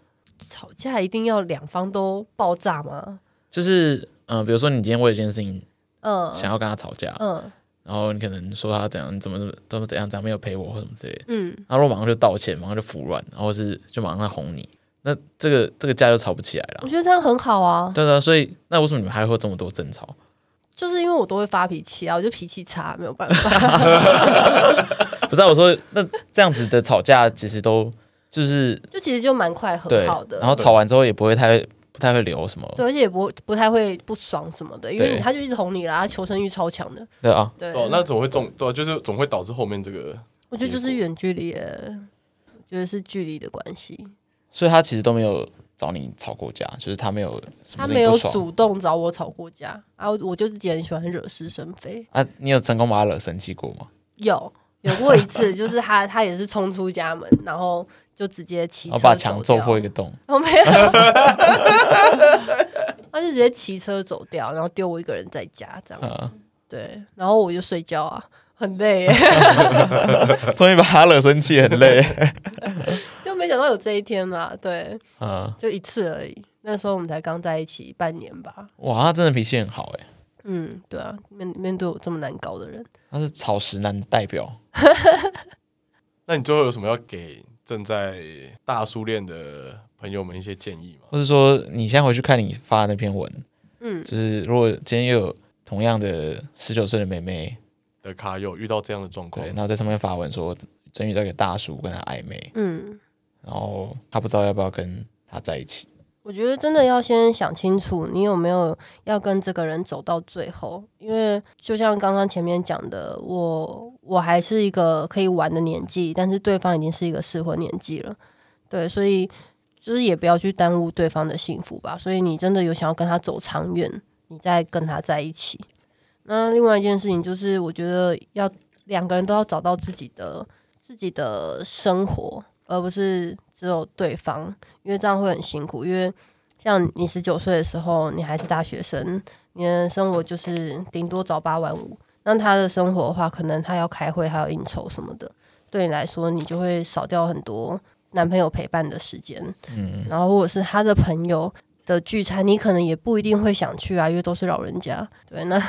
C: 吵架一定要两方都爆炸吗？
B: 就是嗯、呃比如说你今天为了一件事情
C: 嗯
B: 想要跟他吵架，
C: 嗯
B: 然后你可能说他怎样怎么怎么怎么怎样怎样没有陪我或什么之类的，
C: 嗯，
B: 然后如果马上就道歉，马上就服软，然后是就马上哄你，那这个这个架就吵不起来了
C: 嗯我。觉得这样很好啊。
B: 对啊，所以那为什么你们还会有这么多争吵？
C: 就是因为我都会发脾气啊，我就脾气差，没有办法。
B: 不是、啊、我说，那这样子的吵架其实都就是
C: 就其实就蛮快
B: 对
C: 和好，的
B: 然，后吵完之后也不会太不太会留什么，
C: 对，而且也不不太会不爽什么的，因为
B: 对
C: 他就一直哄你啦，他求生欲超强的。
B: 对啊，
C: 对，
A: 哦，那总会中，对啊、就是总会导致后面这个
C: 我觉得就是远距离耶，我觉得是距离的关系。
B: 所以他其实都没有找你吵过架，就是他没有什么
C: 他
B: 事
C: 没
B: 情不
C: 有
B: 爽
C: 主动找我吵过架啊，我我就自己很喜欢惹是生非。
B: 啊。你有成功把他惹生气过吗？
C: 有有过一 次，就是他他也是冲出家门，然后就直接骑
B: 然
C: 车
B: 后把墙
C: 走
B: 揍
C: 掉
B: 破一个洞，
C: 我没有，他就直接骑车走掉，然后丢我一个人在家这样子。
B: 啊，
C: 对，然后我就睡觉啊，很累耶，
B: 终于把他惹生气，很累。
C: 就没想到有这一天啦。对，
B: 啊，
C: 就一次而已。那时候我们才刚在一起半年吧。
B: 哇，他真的脾气很好哎，
C: 嗯，对啊，面面对我这么难搞的人，
B: 他是草食男的代表。
A: 那你最后有什么要给正在大叔恋的朋友们一些建议吗？
B: 或者说你现在回去看你发的那篇文，
C: 嗯，
B: 就是如果今天又有同样的十九岁的妹妹，
A: 的卡友遇到这样的状况
C: 哦
B: 对，，然后在上面发文说真遇到一个大叔跟她暧昧，
C: 嗯，
B: 然后她不知道要不要跟他在一起，
C: 我觉得真的要先想清楚，你有没有要跟这个人走到最后。因为就像刚刚前面讲的，我我还是一个可以玩的年纪，但是对方已经是一个适婚年纪了，对，所以就是也不要去耽误对方的幸福吧。所以你真的有想要跟他走长远，你再跟他在一起。那另外一件事情就是，我觉得要两个人都要找到自己的自己的生活，而不是只有对方，因为这样会很辛苦。因为像你十九岁的时候，你还是大学生，你的生活就是顶多早八晚五。那他的生活的话，可能他要开会，还有应酬什么的，对你来说，你就会少掉很多男朋友陪伴的时间。
B: 嗯，
C: 然后或者是他的朋友的聚餐，你可能也不一定会想去啊，因为都是老人家。对，那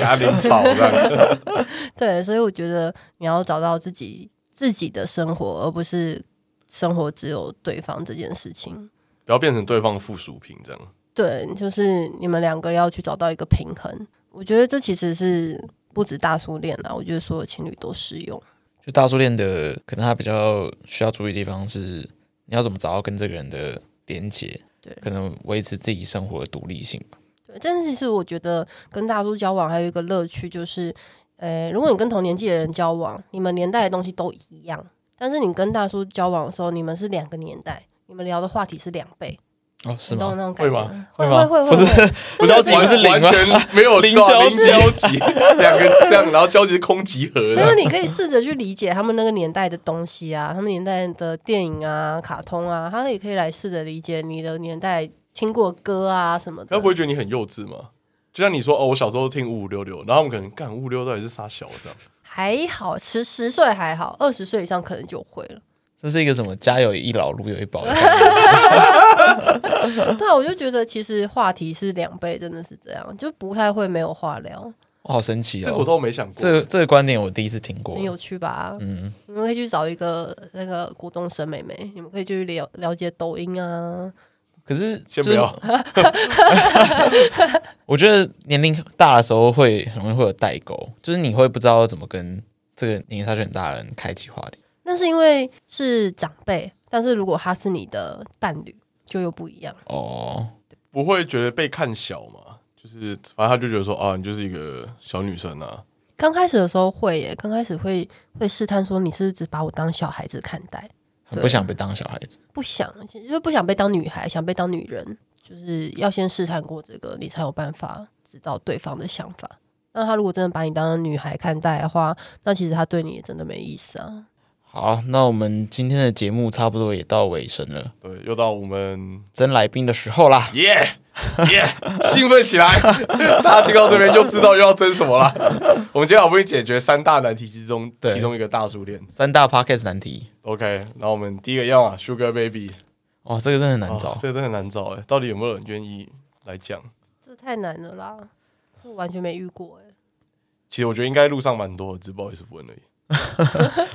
A: 压力吵这样。
C: 对，所以我觉得你要找到自己自己的生活，而不是生活只有对方这件事情。
A: 不要变成对方的附属品这样。
C: 对，就是你们两个要去找到一个平衡。我觉得这其实是不止大叔恋啊啦，我觉得所有情侣都适用。
B: 就大叔恋的，可能他比较需要注意的地方是，你要怎么找到跟这个人的连接，
C: 对
B: 可能维持自己生活的独立性吧。
C: 对，但是其实我觉得跟大叔交往还有一个乐趣就是，呃，如果你跟同年纪的人交往，你们年代的东西都一样，但是你跟大叔交往的时候，你们是两个年代，你们聊的话题是两倍，
B: 哦，是
C: 你懂
B: 吗？
C: 那种感
A: 会
C: 觉吗？
B: 会
C: 会
B: 吗
C: 会会
B: 不是
C: 会，
B: 我交 集不是零
A: 完
B: 吗？
A: 全没有
B: 零
A: 对啊
B: 交集
A: 零交集， 两个这样，然后交集是空集合
C: 但是
A: 的。啊
C: 你可以试着去理解他们那个年代的东西啊， 他们年代的电影啊、卡通啊，他也可以来试着理解你的年代听过的歌啊什么
A: 他
C: 的
A: 不。会觉得你很幼稚吗？就像你说哦，我小时候听五五六六，然后他们可能干五五六到底是啥小这样，
C: 还好，十十岁还好，二十岁以上可能就会了。
B: 这是一个什么家有一老，如有一宝的 感觉。
C: 对啊，我就觉得其实话题是两倍，真的是这样，就不太会没有话聊，
B: 我好神奇
A: 这个我
B: 哦！
A: 都没想过。
B: 这个这个观点我第一次听过
C: 很。有趣吧？
B: 嗯，
C: 你们可以去找一个那个国中生妹妹，你们可以去了了解抖音啊，
B: 可是
A: 先不要
B: 就是，我觉得年龄大的时候会很容易会有代沟，就是你会不知道怎么跟这个年龄差距很大的人开启话题。
C: 那是因为是长辈，但是如果他是你的伴侣，就又不一样。
B: 哦，
A: 不会觉得被看小嘛？就是反正他就觉得说啊，你就是一个小女生啊，
C: 刚开始的时候会耶，刚开始会会试探说你是不是只把我当小孩子看待，
B: 很
C: 对
B: 不想被当小孩子。
C: 不想就是不想被当女孩，想被当女人，就是要先试探过这个，你才有办法知道对方的想法。那他如果真的把你当女孩看待的话，那其实他对你也真的没意思啊。
B: 好，那我们今天的节目差不多也到尾声了，
A: 对，又到我们
B: 真来宾的时候啦。
A: 耶耶，兴奋起来！ 大家听到这边就知道又要争什么了。 我们今天好不容易解决三大难题之中
B: 对
A: 其中一个大数恋
B: 三大 podcast 难题，
A: ，OK。那我们第一个要啊，Sugar Baby，
B: 哇，这个真的很难
A: 哦
B: 找。
A: 这个真的难找哎、到底有没有人愿意来讲？
C: 这太难了啦，这我完全没遇过哎、
A: 其实我觉得应该路上蛮多的，只是不好意思问而已。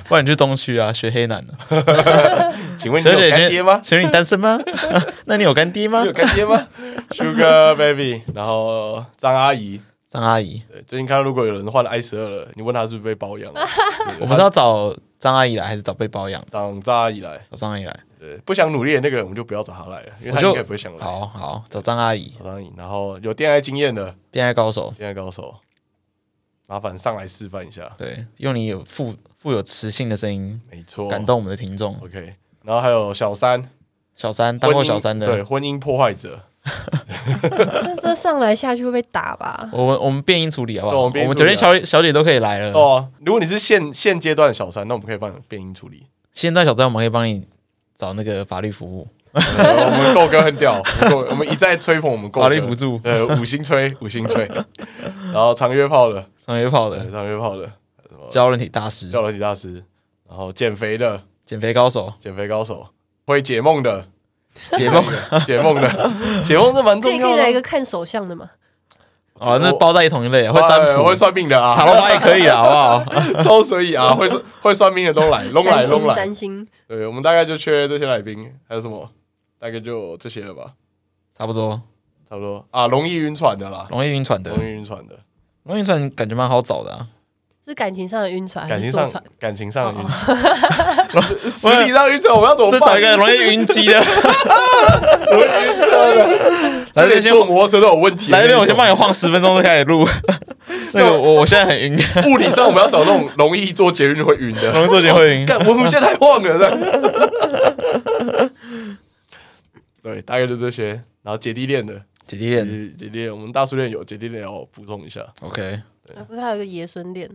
B: 不然你去东区啊，学黑男的。
A: 请问你
B: 小
A: 有
B: 姐
A: 干爹吗？
B: 请问你单身吗？ 那你有干爹吗
A: 你有？干爹吗？Sugar Baby，然后张阿姨，
B: 张张阿姨，
A: 对，最近看到如果有人患了 I 十二了，你问他是不是被包养了，对
B: 我们是要找张阿姨来，还是找被包养？
A: 长大以来，
B: 找张阿姨来，
A: 对，不想努力的那个人，我们就不要找他来了，因为
B: 我
A: 他
B: 就
A: 应该也不会想来。
B: 好好找张阿姨，
A: 找张颖，然后有恋爱经验的
B: 恋爱高手，
A: 恋爱高手，麻烦上来示范一下，
B: 对，用你有富富有磁性的声音
A: 没错，
B: 感动我们的听众。
A: OK，然后还有小三，
B: 小三当过小三
A: 婚姻
B: 的
A: 对，婚姻破坏者，
C: 这这上来下去会被打吧？
B: 我们我们变音处理好不
A: 对
B: 好？
A: 我
B: 我
A: 们变音
B: 们
A: 处
B: 酒
A: 理啊
B: 店小姐小姐都可以来了。
A: 哦，如果你是现现阶段的小三，那我们可以帮你变音处理。
B: 现在小三我们可以帮你找那个法律服务，
A: 呃我们够哥很屌，我们够我们一再吹捧我们够哥
B: 法律辅助
A: 呃，五星吹，五星吹。然后长约炮的，
B: 上约炮
A: 对，
B: 的，
A: 长约炮的，
B: 教人体大师，
A: 叫人体大师，然后减肥的，
B: 减肥高手，
A: 减肥高手，会解梦的，
B: 解梦
A: 解梦的，解梦这蛮
C: 可
A: 重
C: 以可
A: 要
C: 以
A: 的
C: 来一
A: 啊。
C: 个看手相的嘛？
B: 哦，那包在同一类，会占
A: 哎会
B: 卜，
A: 算命的
B: 塔
A: 啊，
B: 罗牌也可 以啊，好不好？
A: 超随意啊，会算会算命的都 来，拢来
C: 占
A: 拢
C: 星，
A: 来。
C: 占星，
A: 对，我们大概就缺这些来宾，还有什么？大概就这些了吧，
B: 差不多，
A: 差不多啊。容易晕船的啦，
B: 容易晕船的
A: 容，易晕船的，
C: 啊
B: 容易晕船感觉蛮好找的啊。
C: 是感情上的晕船，
A: 感
C: 还
A: 情
C: 是坐
A: 上
C: 船？
A: 感情上的晕船，哦 实体上晕船，我们要怎么
B: 再找
A: 办
B: 一？个容易晕机的，来
A: 来
B: 这
A: 这
B: 边
A: 边
B: 先
A: 坐摩托车都有问题。啊
B: 来这边我先帮你晃十分钟就开始 录。那个我我现在很晕，
A: 你。物理上我们要找那种容易坐捷运会晕的。
B: 容易做结 会晕。
A: 干，文湖线太晃了。这样 对，大概就这些。然后姐弟恋的，
B: 姐弟
A: 姐
B: 恋
A: 弟姐弟恋，我们大叔恋有姐弟恋要补充一下，
B: ，OK，
C: 啊不是还有一个爷孙恋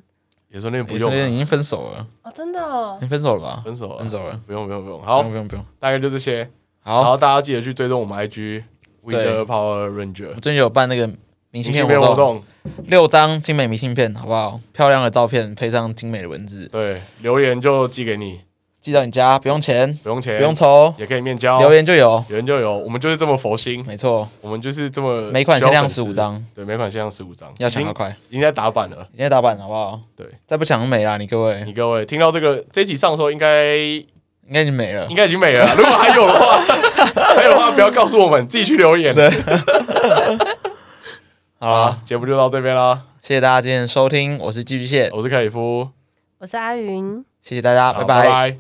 A: 野生恋不
B: 姐
A: 用
B: 弟
A: 啊，
B: 恋已经分手了，
C: 哦，真的哦
B: 你，分手了吧？
A: 分手了，
B: 分手了，
A: 不用不用不用。
B: 不
A: 好
B: 用，不用不用。
A: 大概就这些。然
B: 好，
A: 后大家记得去追踪我们 IG Winter Power
B: 我
A: Ranger
B: 们最近有办那个明
A: 明
B: 信
A: 信
B: 片
A: 片
B: 活
A: 活
B: 动，
A: 动，
B: 六张精美明信片，好不好？漂亮的照片配上精美的文字，
A: 对，留言就寄给你，
B: 寄到你家，不用钱，
A: 不用钱，
B: 不用愁，
A: 也可以面交，
B: 留言就有。
A: 留言就有。我们就是这么佛心，
B: 没错，
A: 我们就是这么
B: 每款限量
A: 需
B: 十
A: 要粉
B: 五
A: 丝，
B: 张，
A: 对，每款限量十五张，
B: 要
A: 已
B: 抢
A: 经
B: 要快，
A: 已经在打版了。
B: 今天打版好不好？
A: 对，
B: 再不抢没啦，你各位
A: 你各位听到这个这一集上的时候，应该应
B: 应该已经没了。
A: 该已经没了啦。如果还有的话， 还有的话不要告诉我们，自己去留言。
B: 对，啊好
A: 好
B: 啦，
A: 啦，节目就到这边啦。
B: 谢谢大家今天的收听，我是寄居蟹，
A: 我是凯里夫，
C: 我是阿云。
B: 谢谢大家，
A: 好
B: 拜
A: 拜